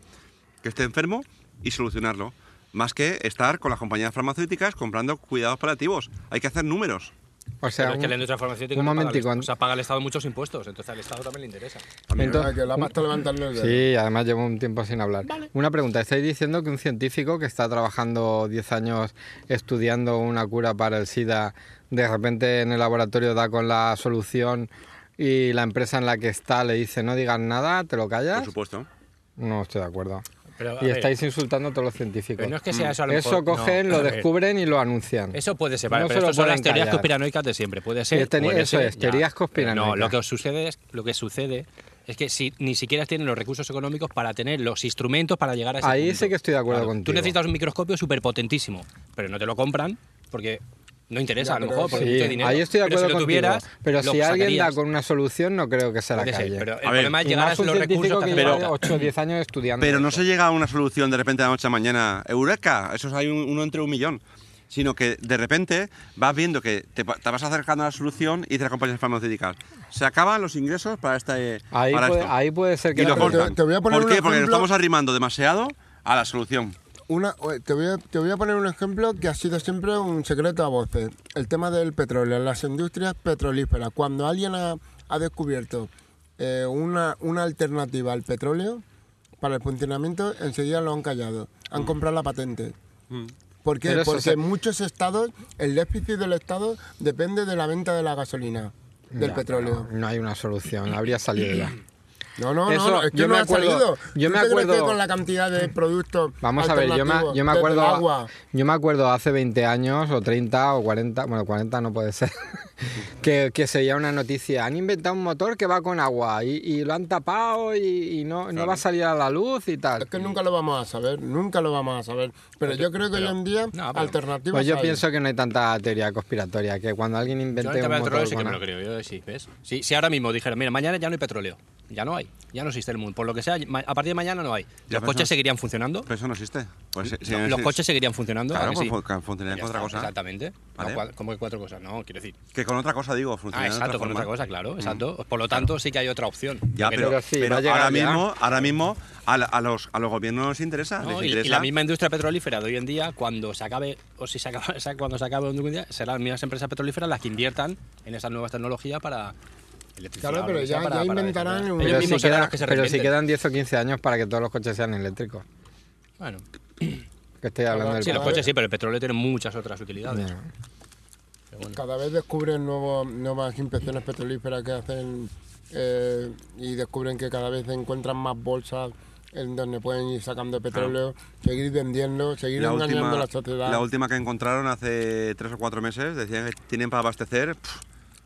Speaker 1: que esté enfermo y solucionarlo. Más que estar con las compañías farmacéuticas comprando cuidados paliativos. Hay que hacer números.
Speaker 2: O sea,
Speaker 4: Pero es que
Speaker 2: un-
Speaker 4: la industria farmacéutica
Speaker 2: un
Speaker 4: no paga el
Speaker 2: momentico,
Speaker 4: Estado.
Speaker 2: an-
Speaker 4: o sea, paga el Estado muchos impuestos, entonces al Estado también le interesa.
Speaker 2: entonces-
Speaker 3: que la pasta levanta el dedo.
Speaker 2: Sí, además llevo un tiempo sin hablar. Una pregunta, ¿estáis diciendo que un científico que está trabajando 10 años estudiando una cura para el SIDA, de repente en el laboratorio da con la solución y la empresa en la que está le dice no digas nada, te lo
Speaker 1: Por
Speaker 2: callas?
Speaker 1: supuesto.
Speaker 2: No estoy de acuerdo.
Speaker 4: Pero, a
Speaker 2: Y
Speaker 4: ver,
Speaker 2: estáis insultando a todos los científicos. Mm.
Speaker 4: pero no es que sea eso a lo
Speaker 2: Eso
Speaker 4: mejor- no,
Speaker 2: cogen,
Speaker 4: a
Speaker 2: lo
Speaker 4: ver,
Speaker 2: descubren y lo anuncian.
Speaker 4: Eso puede ser, vale,
Speaker 2: No
Speaker 4: pero
Speaker 2: se lo
Speaker 4: estas son las
Speaker 2: pueden
Speaker 4: teorías
Speaker 2: callar.
Speaker 4: conspiranoicas de siempre. Puede ser.
Speaker 2: Sí, teni-
Speaker 4: puede
Speaker 2: eso
Speaker 4: ser,
Speaker 2: es, teorías conspiranoicas.
Speaker 4: No, lo que os sucede es lo que sucede es que si ni siquiera tienen los recursos económicos para tener los instrumentos para llegar a ese
Speaker 2: Ahí
Speaker 4: punto.
Speaker 2: sí que estoy de acuerdo contigo.
Speaker 4: Tú necesitas un microscopio superpotentísimo, pero no te lo compran porque no interesa
Speaker 3: Ya,
Speaker 4: a lo
Speaker 3: pero
Speaker 4: mejor, porque
Speaker 2: Sí,
Speaker 4: mucho dinero.
Speaker 2: ahí estoy de
Speaker 4: Pero si
Speaker 2: acuerdo
Speaker 4: lo
Speaker 2: contigo.
Speaker 4: tuvieras,
Speaker 2: pero
Speaker 4: lo
Speaker 2: si alguien da
Speaker 4: sacarías.
Speaker 2: con una solución, no creo que se la
Speaker 4: Puede ser,
Speaker 2: calle.
Speaker 4: pero el
Speaker 1: A ver,
Speaker 4: problema es
Speaker 2: Y
Speaker 4: llegar
Speaker 2: más
Speaker 4: a
Speaker 2: un
Speaker 4: los recursos
Speaker 2: científico
Speaker 4: que
Speaker 2: que
Speaker 4: hace
Speaker 2: lleva
Speaker 4: falta.
Speaker 2: 8 o 10 años estudiando.
Speaker 1: Pero no
Speaker 2: eso.
Speaker 1: se llega a una solución de repente de la noche a la mañana. ¡Eureka! Eso es hay un- uno entre un millón. Sino que de repente vas viendo que te, pa- te vas acercando a la solución y te las compañías farmacéuticas. Se acaban los ingresos para, esta, eh,
Speaker 2: Ahí
Speaker 1: para
Speaker 2: puede,
Speaker 1: esto.
Speaker 2: ahí puede ser que
Speaker 1: Y lo
Speaker 2: la-
Speaker 3: Pero te-
Speaker 1: cortan.
Speaker 3: te voy a poner
Speaker 1: ¿Por
Speaker 3: un
Speaker 1: qué? Porque nos
Speaker 3: ejemplo.
Speaker 1: estamos arrimando demasiado a la solución.
Speaker 3: Una, o- te, voy a, te voy a poner un ejemplo que ha sido siempre un secreto a voces. El tema del petróleo, las industrias petrolíferas. Cuando alguien ha, ha descubierto eh, una, una alternativa al petróleo para el funcionamiento, enseguida lo han callado. Han comprado la patente. ¿Por qué?
Speaker 2: Mm. Pero eso
Speaker 3: Porque
Speaker 2: se-
Speaker 3: en muchos estados el déficit del estado depende de la venta de la gasolina, del
Speaker 2: Ya,
Speaker 3: petróleo.
Speaker 2: No hay una solución, habría salido ya.
Speaker 3: No, no,
Speaker 2: Eso,
Speaker 3: no, es que
Speaker 2: yo
Speaker 3: no
Speaker 2: me
Speaker 3: ha
Speaker 2: acuerdo-
Speaker 3: salido.
Speaker 2: yo
Speaker 3: ¿Tú
Speaker 2: me
Speaker 3: te crees
Speaker 2: acuerdo-
Speaker 3: que con la cantidad de productos
Speaker 2: Vamos a ver, yo me,
Speaker 3: alternativos,
Speaker 2: yo
Speaker 3: desde
Speaker 2: me
Speaker 3: el
Speaker 2: acuerdo
Speaker 3: agua,
Speaker 2: yo me acuerdo hace 20 años o 30 o 40, bueno, 40 no puede ser, que, que se veía una noticia, han inventado un motor que va con agua y, y lo han tapado y, y no, no va a salir a la luz y tal.
Speaker 3: Es que nunca lo vamos a saber, nunca lo vamos a saber. Pero yo creo que hoy en día
Speaker 4: no, pero-
Speaker 3: alternativas
Speaker 2: Pues yo
Speaker 3: hay.
Speaker 2: pienso que no hay tanta teoría conspiratoria, que cuando alguien
Speaker 4: Yo
Speaker 2: invente
Speaker 4: el
Speaker 2: un
Speaker 4: tema del petróleo
Speaker 2: motor
Speaker 4: sí que
Speaker 2: con
Speaker 4: me lo
Speaker 2: agua-
Speaker 4: creo, yo sí, ¿ves? Si, si ahora mismo dijeran, mira, mañana ya no hay petróleo, ya no hay, ya no existe el mundo, por lo que sea, ma- a partir de mañana no hay.
Speaker 1: Ya,
Speaker 4: ¿Los
Speaker 1: pero
Speaker 4: coches
Speaker 1: eso-
Speaker 4: seguirían funcionando?
Speaker 1: Pero eso no existe. Pues, si- si
Speaker 4: No,
Speaker 1: no
Speaker 4: los
Speaker 1: existe-
Speaker 4: coches seguirían funcionando. ¿a
Speaker 1: Claro,
Speaker 4: que
Speaker 1: pues
Speaker 4: sí?
Speaker 1: fun- funcionarían
Speaker 4: Ya
Speaker 1: con otra
Speaker 4: está,
Speaker 1: cosa.
Speaker 4: Exactamente.
Speaker 1: Vale. Pues
Speaker 4: No, cua- ¿Cómo que cuatro cosas? No, quiero decir.
Speaker 1: Que con otra cosa digo,
Speaker 4: Ah,
Speaker 1: funcionaría de
Speaker 4: exacto,
Speaker 1: otra
Speaker 4: con
Speaker 1: forma. Mm.
Speaker 4: otra cosa, claro, exacto. Por lo tanto, sí que hay otra opción.
Speaker 1: Ya,
Speaker 4: Porque
Speaker 1: pero,
Speaker 2: Pero sí,
Speaker 1: pero
Speaker 2: va a llegar
Speaker 1: ahora,
Speaker 2: ya.
Speaker 1: mismo, ahora mismo a, la- a los, a los gobiernos les interesa.
Speaker 4: No,
Speaker 1: les
Speaker 4: y, y
Speaker 1: interesa
Speaker 4: la misma industria petrolífera de hoy en día, cuando se acabe, o si se acaba, o sea, cuando se acabe un día, serán las mismas empresas petrolíferas las que inviertan en esas nuevas tecnologías para electrificar.
Speaker 3: Claro,
Speaker 4: o
Speaker 3: pero
Speaker 4: lo que sea,
Speaker 3: ya-
Speaker 4: para-
Speaker 3: ya
Speaker 4: para-
Speaker 3: inventarán
Speaker 4: para-
Speaker 3: un-
Speaker 4: Ellos
Speaker 2: Pero si,
Speaker 4: mismos serán
Speaker 2: queda-
Speaker 4: los que se
Speaker 2: pero si
Speaker 4: arrepienten.
Speaker 2: quedan 10 o 15 años para que todos los coches sean eléctricos.
Speaker 4: Bueno,
Speaker 2: Que estoy hablando del
Speaker 4: sí, los
Speaker 2: petróleo.
Speaker 4: coches sí, pero el petróleo tiene muchas otras utilidades.
Speaker 2: Ya.
Speaker 3: Cada vez descubren nuevos- nuevas inspecciones petrolíferas que hacen eh, y descubren que cada vez encuentran más bolsas en donde pueden ir sacando petróleo, seguir vendiendo, seguir
Speaker 1: la
Speaker 3: engañando
Speaker 1: última,
Speaker 3: a la sociedad.
Speaker 1: la última que encontraron hace tres o cuatro meses, decían que tienen para abastecer pf,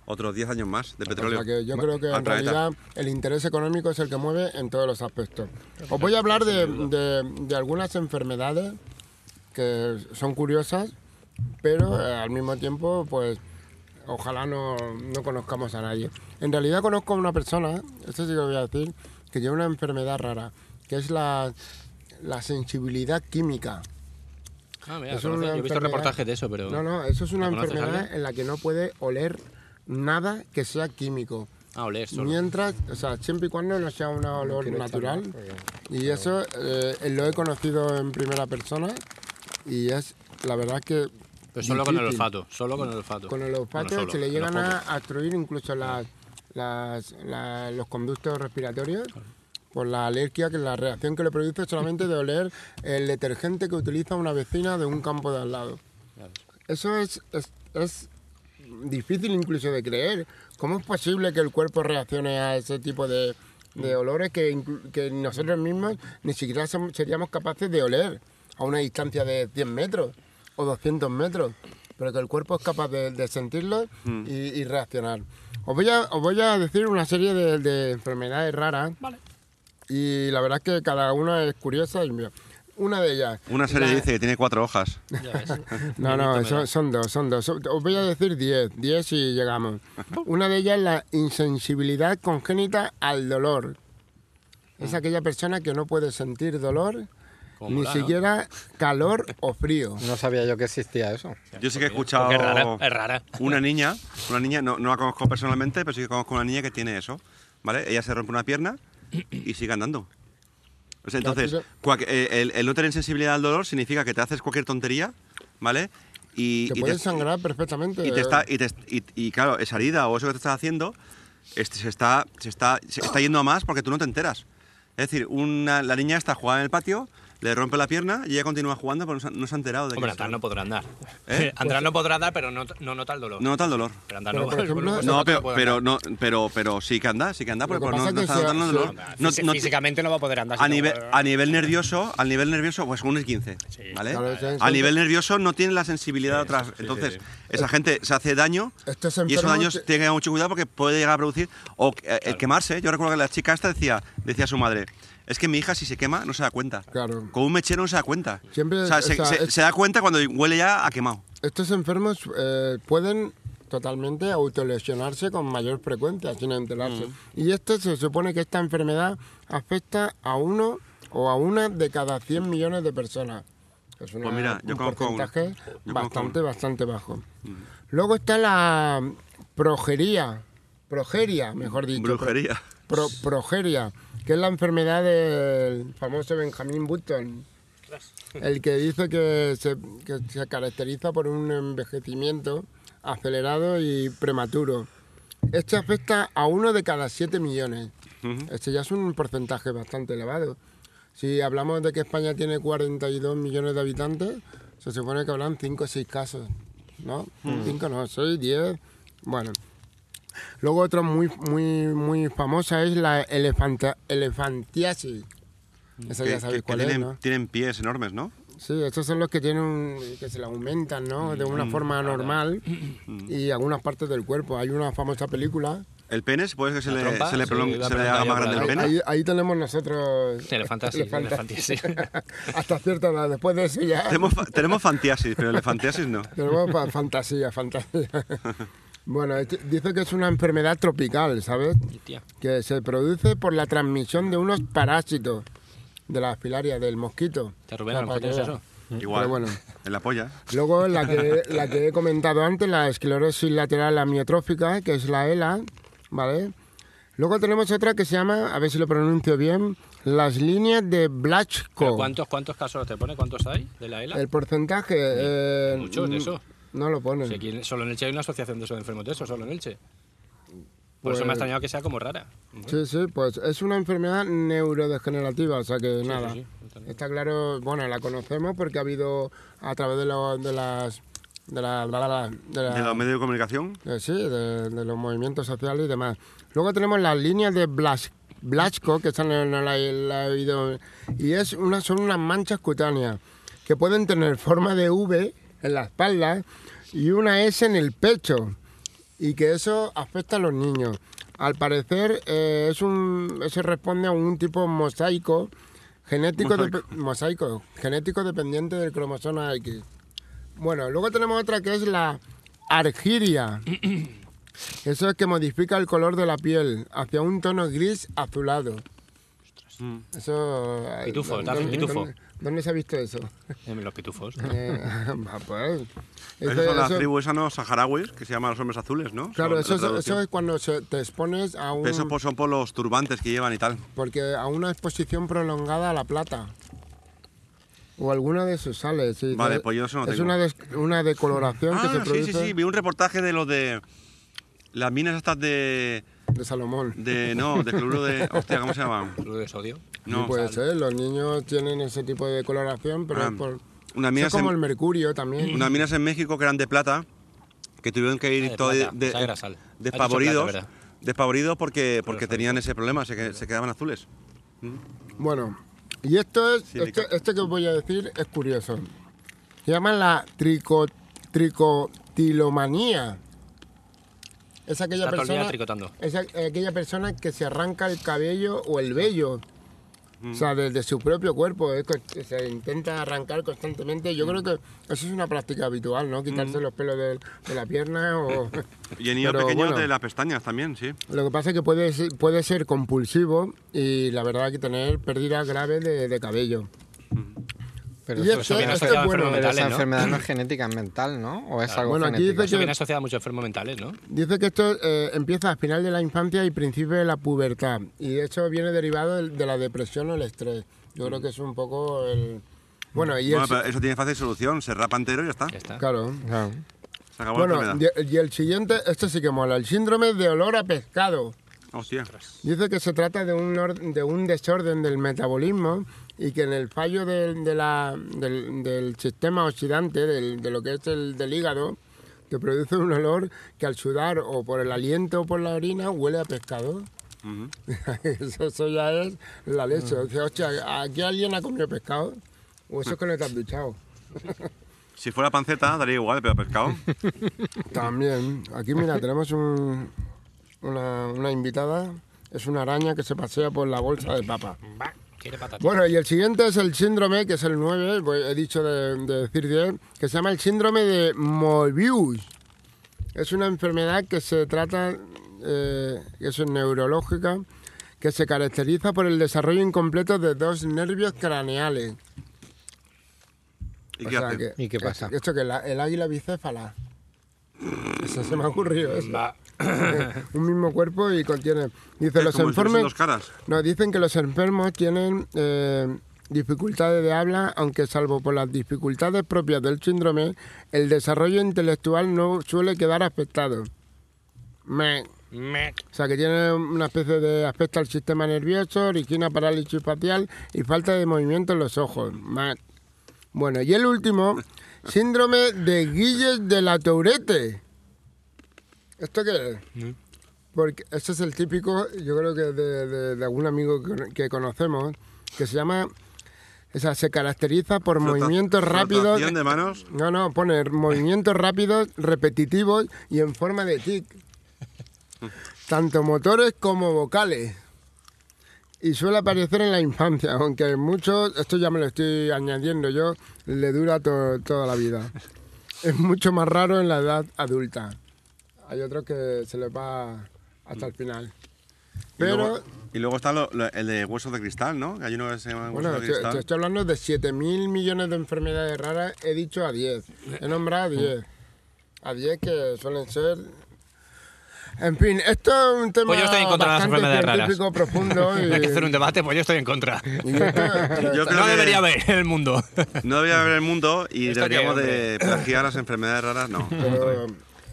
Speaker 1: otros 10 años más de
Speaker 3: O
Speaker 1: petróleo.
Speaker 3: sea que yo creo que
Speaker 1: al
Speaker 3: en
Speaker 1: planeta.
Speaker 3: realidad el interés económico es el que mueve en todos los aspectos. Os voy a hablar de, de- de algunas enfermedades que son curiosas, pero eh, al mismo tiempo, pues ojalá no, no conozcamos a nadie. En realidad conozco a una persona, esto sí que lo voy a decir, que tiene una enfermedad rara, que es la, la sensibilidad química.
Speaker 4: Ah, mira,
Speaker 3: Es
Speaker 4: conoces,
Speaker 3: una
Speaker 4: yo he visto
Speaker 3: enfermedad-
Speaker 4: reportajes de eso, pero.
Speaker 3: No, no, eso es una
Speaker 4: ¿La conoces,
Speaker 3: enfermedad
Speaker 4: Javier?
Speaker 3: en la que no puede oler nada que sea químico.
Speaker 4: Ah, oler solo.
Speaker 3: Mientras, o sea, siempre y cuando no sea un olor natural. Y eso eh, lo he conocido en primera persona y es, la verdad que...
Speaker 4: Pero solo con el
Speaker 3: difícil.
Speaker 4: olfato, solo con el olfato.
Speaker 3: Con el olfato
Speaker 4: Bueno, solo,
Speaker 3: se le
Speaker 4: en
Speaker 3: llegan
Speaker 4: los
Speaker 3: a
Speaker 4: pocos.
Speaker 3: obstruir incluso las, las- la- los conductos respiratorios por la alergia, que es la reacción que le produce solamente de oler el detergente que utiliza una vecina de un campo de al lado. Eso es, es, es difícil incluso de creer. ¿Cómo es posible que el cuerpo reaccione a ese tipo de, de olores que, inclu- que nosotros mismos ni siquiera som- seríamos capaces de oler a una distancia de 100 metros o 200 metros? Pero que el cuerpo es capaz de, de sentirlos
Speaker 1: Hmm.
Speaker 3: y, y reaccionar. Os voy, a, os voy a decir una serie de, de enfermedades raras. Y la verdad es que cada una es curiosa. Y mira, una de ellas.
Speaker 1: Una serie
Speaker 3: La-
Speaker 1: dice que tiene cuatro hojas.
Speaker 3: No, no, son, son dos, son dos. Os voy a decir diez, diez si llegamos. Una de ellas es la insensibilidad congénita al dolor. Es
Speaker 1: Ah.
Speaker 3: aquella persona que no puede sentir dolor,
Speaker 4: Como
Speaker 3: ni
Speaker 4: la, ¿no?
Speaker 3: siquiera calor o frío.
Speaker 2: No sabía yo que existía eso.
Speaker 1: Yo sí que he escuchado
Speaker 4: Porque es rara, es rara.
Speaker 1: una niña, una niña, no, no la conozco personalmente, pero sí que conozco una niña que tiene eso, ¿vale? Ella se rompe una pierna y sigue andando. O sea, entonces,
Speaker 3: Claro,
Speaker 1: cuac- eh, el, el no tener sensibilidad al dolor significa que te haces cualquier tontería, ¿vale? Y,
Speaker 3: Te
Speaker 1: y
Speaker 3: puedes sangrar perfectamente.
Speaker 1: y te está y, te- y- y, claro esa herida o eso que te estás haciendo este, se está se está se está yendo a más porque tú no te enteras es decir una, la niña está jugando en el patio le rompe la pierna y ella continúa jugando pero no se, ha- no se ha enterado de que
Speaker 4: Hombre,
Speaker 1: está-
Speaker 4: András no
Speaker 1: no
Speaker 4: podrá andar.
Speaker 1: ¿Eh?
Speaker 4: András no podrá andar, pero no, no nota el dolor.
Speaker 1: nota el dolor
Speaker 4: Pero andar
Speaker 3: Pero,
Speaker 4: no,
Speaker 3: por ejemplo,
Speaker 4: por supuesto,
Speaker 1: no pero
Speaker 4: puede
Speaker 1: pero
Speaker 4: andar.
Speaker 1: no pero pero sí que anda sí que
Speaker 3: Lo
Speaker 1: anda pero
Speaker 3: que
Speaker 1: no,
Speaker 3: pasa
Speaker 1: no
Speaker 3: es que
Speaker 1: está notando el
Speaker 3: sea-
Speaker 1: dolor no,
Speaker 4: Físi-
Speaker 1: no-
Speaker 4: físicamente no va a poder andar.
Speaker 1: a
Speaker 4: si no-
Speaker 1: nivel a nivel nervioso al nivel nervioso pues un 15 vale
Speaker 3: Claro, sí,
Speaker 1: a
Speaker 3: sí,
Speaker 1: nivel
Speaker 3: sí.
Speaker 1: nervioso no tiene la sensibilidad atrás entonces esa gente se hace daño
Speaker 3: Estos
Speaker 1: y esos
Speaker 3: enfermos
Speaker 1: daños
Speaker 3: Este te-
Speaker 1: tienen que tener mucho cuidado porque puede llegar a producir o eh, el quemarse yo recuerdo que la chica esta decía decía a su madre es que mi hija si se quema no se da cuenta
Speaker 3: Claro.
Speaker 1: con un mechero no se da cuenta
Speaker 3: Siempre-
Speaker 1: o sea,
Speaker 3: o
Speaker 1: se,
Speaker 3: sea,
Speaker 1: se-
Speaker 3: es-
Speaker 1: se da cuenta cuando huele ya a quemado
Speaker 3: Estos enfermos eh, pueden totalmente autolesionarse con mayor frecuencia sin enterarse.
Speaker 1: Mm.
Speaker 3: Y esto se supone que esta enfermedad afecta a uno o a una de cada 100 millones de personas. Es una-
Speaker 1: Pues mira, yo
Speaker 3: un
Speaker 1: conozco a uno.
Speaker 3: porcentaje
Speaker 1: Yo conozco a Mm.
Speaker 3: bastante, bastante bajo. Luego está la progería, progeria, mejor dicho.
Speaker 1: brujería
Speaker 3: Pro- progeria, que es la enfermedad del famoso Benjamin Button. El que dice que se, que se caracteriza por un envejecimiento acelerado y prematuro. Este afecta a uno de cada 7 millones. Este ya es un porcentaje bastante elevado. Si hablamos de que España tiene 42 millones de habitantes, se supone que habrán 5 o 6 casos. ¿No? 5 no, 6, 10. Bueno. Luego otra muy, muy, muy famosa es la elefanta, elefantiasis. Esa
Speaker 1: que,
Speaker 3: ya sabéis
Speaker 1: que- que
Speaker 3: cuál es,
Speaker 1: tienen,
Speaker 3: ¿no?
Speaker 1: tienen pies enormes no
Speaker 3: Sí, estos son los que tienen un- que se le aumentan, ¿no? De
Speaker 1: Mm.
Speaker 3: una forma normal y algunas partes del cuerpo. Hay una famosa película.
Speaker 1: el pene se puede que se
Speaker 4: La
Speaker 1: le,
Speaker 4: trompa,
Speaker 1: se le,
Speaker 4: sí,
Speaker 1: prolon-
Speaker 4: iba a
Speaker 1: se le
Speaker 4: preguntar
Speaker 1: haga más
Speaker 4: yo por la
Speaker 1: grande el pene
Speaker 4: trompa.
Speaker 3: Ahí, ahí tenemos nosotros. eh,
Speaker 4: Elefantas, sí, elefantes, sí.
Speaker 3: Hasta cierta edad. Después de eso ya.
Speaker 1: tenemos, fa- tenemos fantiasis pero elefantiasis no
Speaker 3: Tenemos fa- fantasía, fantasía. Bueno, este- dice que es una enfermedad tropical, ¿sabes?
Speaker 4: Hostia.
Speaker 3: que se produce por la transmisión de unos parásitos de la filaria del mosquito.
Speaker 4: Te Rubén, a lo
Speaker 3: O sea, para que
Speaker 4: mejor tienes
Speaker 3: veas.
Speaker 4: pues eso.
Speaker 1: igual
Speaker 3: Mm. Pero bueno.
Speaker 1: en la polla
Speaker 3: Luego la que, la que he comentado antes, la esclerosis lateral amiotrófica, que es la ELA, ¿vale? Luego tenemos otra que se llama, a ver si lo pronuncio bien, las líneas de
Speaker 4: ¿Pero
Speaker 3: Blatchko.
Speaker 4: ¿Cuántos, ¿Cuántos casos te pone? ¿Cuántos hay de la E ELA?
Speaker 3: El porcentaje... eh,
Speaker 4: Muchos de eso.
Speaker 3: No lo ponen.
Speaker 4: Si aquí solo en Elche hay una asociación de esos de enfermos de eso, solo en Elche. Por
Speaker 3: Pues-
Speaker 4: eso me ha extrañado que sea como rara.
Speaker 3: Sí, sí, pues es una enfermedad neurodegenerativa, o sea que nada.
Speaker 4: sí,
Speaker 3: Está claro, bueno, la conocemos porque ha habido a través de, los de las. de la. la- la- la- de la-
Speaker 1: de los medios de comunicación
Speaker 3: eh, sí, de, de los movimientos sociales y demás. Luego tenemos las líneas de Blas, Blasco, que esta no, no la, he- la he oído. Y es una, son unas manchas cutáneas que pueden tener forma de V en la espalda y una S en el pecho. Y que eso afecta a los niños. Al parecer, eh, es un, eso responde a un tipo mosaico genético, depe- mosaico, genético dependiente del cromosoma X. Bueno, luego tenemos otra que es la argiria. Eso es que modifica el color de la piel hacia un tono gris azulado. Eso. ay,
Speaker 4: Pitufo,
Speaker 3: ¿dó-
Speaker 4: te hace
Speaker 3: dónde-
Speaker 4: pitufo.
Speaker 3: dónde- ¿Dónde se ha visto eso?
Speaker 4: En los pitufos.
Speaker 3: Eh, va, pues.
Speaker 1: Eso,
Speaker 3: Eso-
Speaker 1: es la
Speaker 3: eso-
Speaker 1: tribu esa, ¿no? Saharauis, que se llama los hombres azules, ¿no?
Speaker 3: claro,
Speaker 1: Son-
Speaker 3: eso,
Speaker 1: la
Speaker 3: es-
Speaker 1: traducción.
Speaker 3: eso es cuando se- te expones a un.
Speaker 1: Pero eso po- son por los turbantes que llevan y tal.
Speaker 3: Porque a una exposición prolongada a la plata. O alguna de sus sales. sí.
Speaker 1: Vale, pues yo eso no
Speaker 3: Es
Speaker 1: tengo.
Speaker 3: una, des- una decoloración que se
Speaker 1: Ah, sí,
Speaker 3: produce
Speaker 1: sí, sí. Vi un reportaje de los de. Las minas estas de.
Speaker 3: de Salomón.
Speaker 1: de no, de cloruro de. Hostia, ¿cómo se llaman?
Speaker 4: Cloruro de sodio.
Speaker 1: No.
Speaker 3: No, puede ser, los niños tienen ese tipo de decoloración, pero
Speaker 1: Ah,
Speaker 3: es por.
Speaker 1: unas
Speaker 3: Es
Speaker 1: minas,
Speaker 3: como el
Speaker 1: en,
Speaker 3: mercurio también.
Speaker 1: unas minas en México que eran de plata, que tuvieron que
Speaker 4: Ah,
Speaker 1: ir
Speaker 4: de
Speaker 1: todo
Speaker 4: plata.
Speaker 1: de-
Speaker 4: Sal, era sal. Has dicho
Speaker 1: despavoridos.
Speaker 4: plata, ¿verdad?
Speaker 1: despavoridos porque, porque tenían ese problema, se, que- se quedaban azules.
Speaker 3: Bueno, y esto es,
Speaker 1: Sí,
Speaker 3: esto,
Speaker 1: Ricardo.
Speaker 3: esto que os voy a decir es curioso. Se llama la trico, tricotilomanía. Es aquella
Speaker 4: Está todo el día
Speaker 3: persona.
Speaker 4: tricotando.
Speaker 3: Es a- aquella persona que se arranca el cabello o el vello
Speaker 1: Mm.
Speaker 3: O sea, desde su propio cuerpo, es con- se intenta arrancar constantemente. Yo
Speaker 1: Mm.
Speaker 3: creo que eso es una práctica habitual, ¿no? Quitarse los pelos del- de, la pierna o...
Speaker 1: Y en niños
Speaker 3: Pero,
Speaker 1: pequeños
Speaker 3: bueno.
Speaker 1: de las pestañas también, sí.
Speaker 3: Lo que pasa es que puede ser, puede ser compulsivo y la verdad que tener pérdida grave de, de cabello.
Speaker 2: Pero
Speaker 3: Y
Speaker 2: eso,
Speaker 3: esto-
Speaker 4: viene
Speaker 3: esto es
Speaker 4: asociado a
Speaker 3: bueno.
Speaker 2: pero esa
Speaker 4: mentales, ¿no?
Speaker 2: enfermedad no es genética, es mental, ¿no? O es algo
Speaker 3: Bueno, aquí
Speaker 2: genético.
Speaker 3: dice
Speaker 4: Eso viene asociado a muchos enfermos mentales, ¿no?
Speaker 3: Dice que esto eh, empieza al final de la infancia y principio de la pubertad. Y de hecho viene derivado del- de, la depresión o el estrés. Yo creo que es un poco el... Bueno, y el...
Speaker 1: Bueno, pero eso tiene fácil solución, se rapa entero y ya está.
Speaker 4: Ya está.
Speaker 3: Claro.
Speaker 2: Claro.
Speaker 1: Se acabó la
Speaker 3: Bueno,
Speaker 1: enfermedad.
Speaker 3: y y el siguiente, esto sí que mola, el síndrome de olor a pescado.
Speaker 1: Hostia.
Speaker 3: Dice que se trata de un, or- de un desorden del metabolismo y que en el fallo del- de la- del, del sistema oxidante, del- de lo que es el del hígado, que produce un olor que al sudar o por el aliento o por la orina huele a pescado.
Speaker 1: Ujú.
Speaker 3: eso, eso ya es la leche. O sea, hostia, ¿aquí alguien ha comido pescado? O eso es que no te has duchado.
Speaker 1: Si fuera panceta, daría igual, pero pescado.
Speaker 3: También. Aquí, mira, tenemos un- una, una invitada. Es una araña que se pasea por la bolsa de papa.
Speaker 4: Va, Quiere patata.
Speaker 3: Bueno, y el siguiente es el síndrome, que es el 9, pues, he dicho de, de decir 10, que se llama el síndrome de Moebius. Es una enfermedad que se trata, eh, que es neurológica, que se caracteriza por el desarrollo incompleto de dos nervios craneales.
Speaker 1: ¿Y
Speaker 3: O
Speaker 1: qué
Speaker 3: sea
Speaker 1: hace?
Speaker 3: que-
Speaker 2: ¿Y qué pasa?
Speaker 3: Esto que la- el águila bicéfala. Eso se me ha ocurrido. eso.
Speaker 4: Va.
Speaker 3: Un mismo cuerpo y contiene. Dice
Speaker 1: Es
Speaker 3: los
Speaker 1: como si tuviesen
Speaker 3: enfermos.
Speaker 1: dos caras.
Speaker 3: Nos dicen que los enfermos tienen eh, dificultades de habla, aunque salvo por las dificultades propias del síndrome, el desarrollo intelectual no suele quedar afectado. Meh.
Speaker 4: Meh.
Speaker 3: O sea, que tiene una especie de afecta al sistema nervioso, origina parálisis facial y falta de movimiento en los ojos. Meh. Bueno, y el último, síndrome de Guilles de la Tourette. ¿Esto qué es? Porque este es el típico, yo creo que de, de- de algún amigo que, que conocemos, que se llama, o sea, se caracteriza por
Speaker 1: Flota-
Speaker 3: movimientos rápidos. eh,
Speaker 1: flotación de manos.
Speaker 3: No, no, pone movimientos rápidos, repetitivos y en forma de tic. Tanto motores como vocales. Y suele aparecer en la infancia, aunque muchos, esto ya me lo estoy añadiendo yo, le dura to- toda la vida. Es mucho más raro en la edad adulta. Hay otros que se les va hasta el final.
Speaker 1: Y
Speaker 3: Pero,
Speaker 1: luego- Y luego está lo- lo- el de huesos de cristal, ¿no? Que hay uno que se
Speaker 4: Pues
Speaker 1: llama
Speaker 3: bueno,
Speaker 1: huesos de
Speaker 3: te, te
Speaker 1: cristal.
Speaker 3: estoy hablando de 7.000 millones de enfermedades raras, he dicho a 10, he nombrado
Speaker 4: Mm.
Speaker 3: a 10. A 10 que suelen ser... En fin, esto es un tema
Speaker 4: Pues yo estoy en contra de las
Speaker 3: bastante
Speaker 4: enfermedades raras.
Speaker 3: científico profundo y...
Speaker 4: Hay que hacer un debate, pues yo estoy en contra.
Speaker 3: y esto-
Speaker 1: Yo creo
Speaker 4: No
Speaker 1: que
Speaker 4: debería haber en el mundo.
Speaker 1: No debería haber el mundo y
Speaker 4: ¿Esto qué,
Speaker 1: deberíamos de
Speaker 4: hombre?
Speaker 1: plagiar las enfermedades raras, no.
Speaker 3: Pero,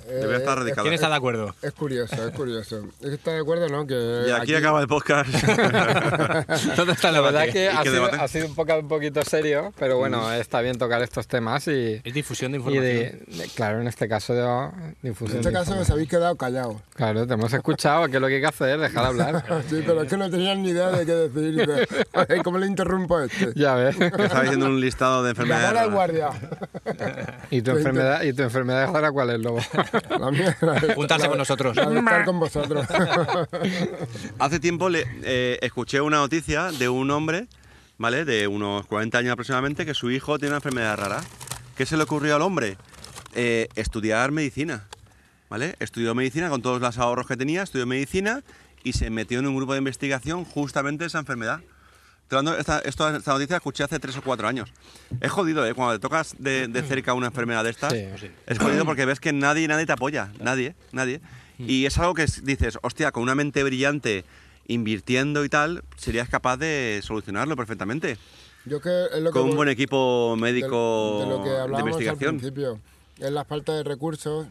Speaker 1: Debería
Speaker 3: eh,
Speaker 1: estar
Speaker 4: ¿Quién está
Speaker 1: radicada.
Speaker 4: de acuerdo?
Speaker 3: Es curioso, es curioso. ¿Estás de acuerdo, no? Que
Speaker 1: Y aquí acaba el podcast.
Speaker 4: ¿Dónde está el
Speaker 2: La verdad
Speaker 4: debate?
Speaker 2: es que ha
Speaker 1: qué
Speaker 2: sido,
Speaker 1: debate?
Speaker 2: ha sido un, poco, un poquito serio, pero bueno, está bien tocar estos temas y,
Speaker 4: Es difusión de
Speaker 2: y
Speaker 4: Mm. información.
Speaker 2: de, de- claro, en este caso de
Speaker 3: En
Speaker 2: difusión.
Speaker 3: este
Speaker 2: de
Speaker 3: caso os
Speaker 2: información.
Speaker 3: habéis quedado callados.
Speaker 2: Claro, te hemos escuchado, que lo que hay que hacer es dejar hablar.
Speaker 3: Sí, pero es que no tenían ni idea de qué decir. Dice, "A ver, ¿Cómo le interrumpo a este?
Speaker 2: Ya ves.
Speaker 1: Que estaba diciendo un listado de enfermedades
Speaker 3: Llamar al
Speaker 1: raras.
Speaker 3: guardia.
Speaker 2: ¿Y tu enfermedad, y tu enfermedad ahora cuál es, Lobo?
Speaker 3: La mía era de-
Speaker 4: Juntarse con nosotros.
Speaker 3: la de estar con vosotros.
Speaker 1: Hace tiempo le, eh, escuché una noticia de un hombre, ¿vale? De unos 40 años aproximadamente, que su hijo tiene una enfermedad rara. ¿Qué se le ocurrió al hombre? Eh, estudiar medicina, ¿vale? Estudió medicina con todos los ahorros que tenía, estudió medicina y se metió en un grupo de investigación justamente de esa enfermedad. Estoy hablando- Esta, esto- esta noticia la escuché hace 3 o 4 años. Es jodido, ¿eh? Cuando te tocas de, de cerca una enfermedad de estas,
Speaker 2: Sí,
Speaker 4: sí.
Speaker 1: es jodido porque ves que nadie, nadie te apoya. Nadie, nadie. Y es algo que es- dices, hostia, con una mente brillante, invirtiendo y tal, serías capaz de solucionarlo perfectamente.
Speaker 3: Yo que es lo que
Speaker 1: Con un
Speaker 3: vol-
Speaker 1: buen equipo
Speaker 3: de-
Speaker 1: médico
Speaker 3: de, lo que
Speaker 1: de
Speaker 3: hablábamos al
Speaker 1: investigación.
Speaker 3: principio. Es la falta de recursos,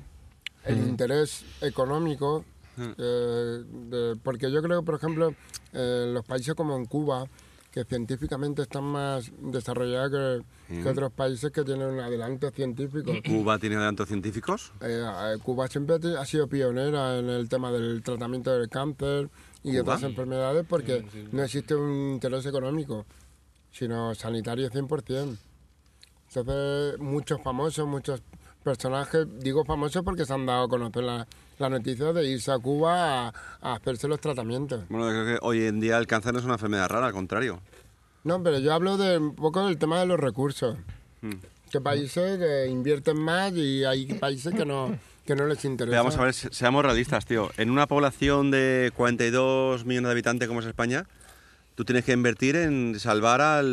Speaker 3: el interés económico. eh, de- porque yo creo que, por ejemplo, eh, los países como en Cuba, que científicamente están más desarrollados que, que otros países que tienen un adelanto científico.
Speaker 1: Cuba tiene adelantos científicos.
Speaker 3: Eh, Cuba siempre te- ha sido pionera en el tema del tratamiento del cáncer y de otras enfermedades porque no existe un interés económico, sino sanitario 100%. Entonces, muchos famosos, muchos personajes, digo famosos porque se han dado a conocer la, la noticia de irse a Cuba a, a hacerse los tratamientos.
Speaker 1: Bueno, creo que hoy en día el cáncer no es una enfermedad rara, al contrario.
Speaker 3: No, pero yo hablo de un poco del tema de los recursos. Que países eh, invierten más y hay países que no, que no les interesa.
Speaker 1: Pero vamos a ver, se- seamos realistas, tío. En una población de 42 millones de habitantes como es España, tú tienes que invertir en salvar al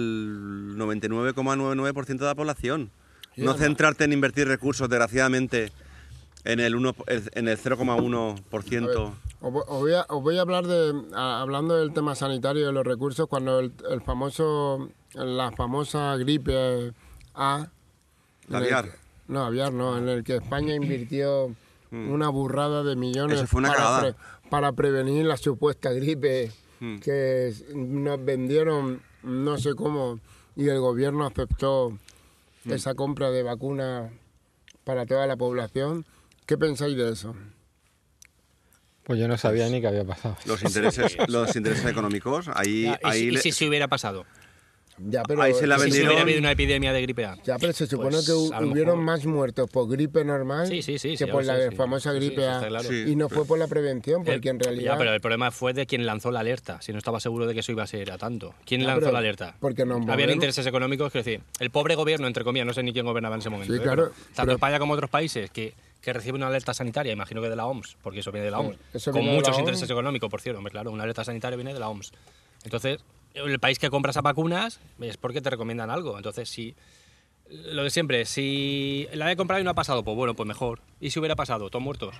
Speaker 1: 99,99% de la población. No centrarte en invertir recursos, desgraciadamente, en el, 1 en el 0,1%.
Speaker 3: Os vo- os voy, a, os voy a hablar de, a- hablando del tema sanitario y de los recursos, cuando el, el famoso, la famosa gripe A... en
Speaker 1: La
Speaker 3: el
Speaker 1: aviar.
Speaker 3: que- No, aviar no, en el que España invirtió una burrada de millones
Speaker 1: Mm. Eso fue una
Speaker 3: para,
Speaker 1: cagada. Mm.
Speaker 3: para prevenir la supuesta gripe que es- nos vendieron no sé cómo y el gobierno aceptó
Speaker 1: Mm.
Speaker 3: esa compra de vacunas para toda la población. ¿Qué pensáis de eso?
Speaker 2: Pues yo no sabía ni que había pasado.
Speaker 1: Los intereses, los intereses económicos, ahí,
Speaker 4: Ya, y,
Speaker 1: ahí
Speaker 4: si, y
Speaker 1: le-
Speaker 4: si se hubiera pasado.
Speaker 3: Ya, pero
Speaker 1: Ahí se la
Speaker 4: ¿Y Si se
Speaker 1: vendieron.
Speaker 4: hubiera habido una epidemia de gripe A.
Speaker 3: Ya, pero se supone
Speaker 4: Pues,
Speaker 3: que hu-
Speaker 4: a lo
Speaker 3: hubieron
Speaker 4: mejor-
Speaker 3: más muertos por gripe normal
Speaker 4: Sí, sí, sí.
Speaker 3: que
Speaker 4: sí,
Speaker 3: por
Speaker 4: ya
Speaker 3: la
Speaker 4: lo sé, sí.
Speaker 3: famosa
Speaker 4: Sí, sí,
Speaker 3: gripe
Speaker 4: eso
Speaker 3: A.
Speaker 4: está claro. Eh,
Speaker 1: Sí.
Speaker 3: Y no fue por la prevención, porque en realidad...
Speaker 4: Ya, pero el problema fue de quien lanzó la alerta, si no estaba seguro de que eso iba a ser a tanto. ¿Quién
Speaker 3: Ya,
Speaker 4: lanzó
Speaker 3: pero
Speaker 4: la alerta?
Speaker 3: porque nos
Speaker 4: Habían
Speaker 3: movemos-
Speaker 4: intereses económicos, quiero decir, el pobre gobierno, entre comillas, no sé ni quién gobernaba en ese momento.
Speaker 3: Sí,
Speaker 4: ¿eh?
Speaker 3: claro,
Speaker 4: Pero tanto
Speaker 3: pero-
Speaker 4: España como otros países que, que reciben una alerta sanitaria, imagino que de la OMS, porque eso viene de la
Speaker 3: Sí,
Speaker 4: OMS,
Speaker 3: eso
Speaker 4: con
Speaker 3: viene de la
Speaker 4: muchos
Speaker 3: OMS.
Speaker 4: intereses económicos, por cierto, hombre, claro, una alerta sanitaria viene de la OMS. Entonces, el país que compra esas vacunas es porque te recomiendan algo. Entonces, si lo de siempre, si la he comprado y no ha pasado, pues bueno, pues mejor. ¿Y si hubiera pasado? ¿Todos muertos?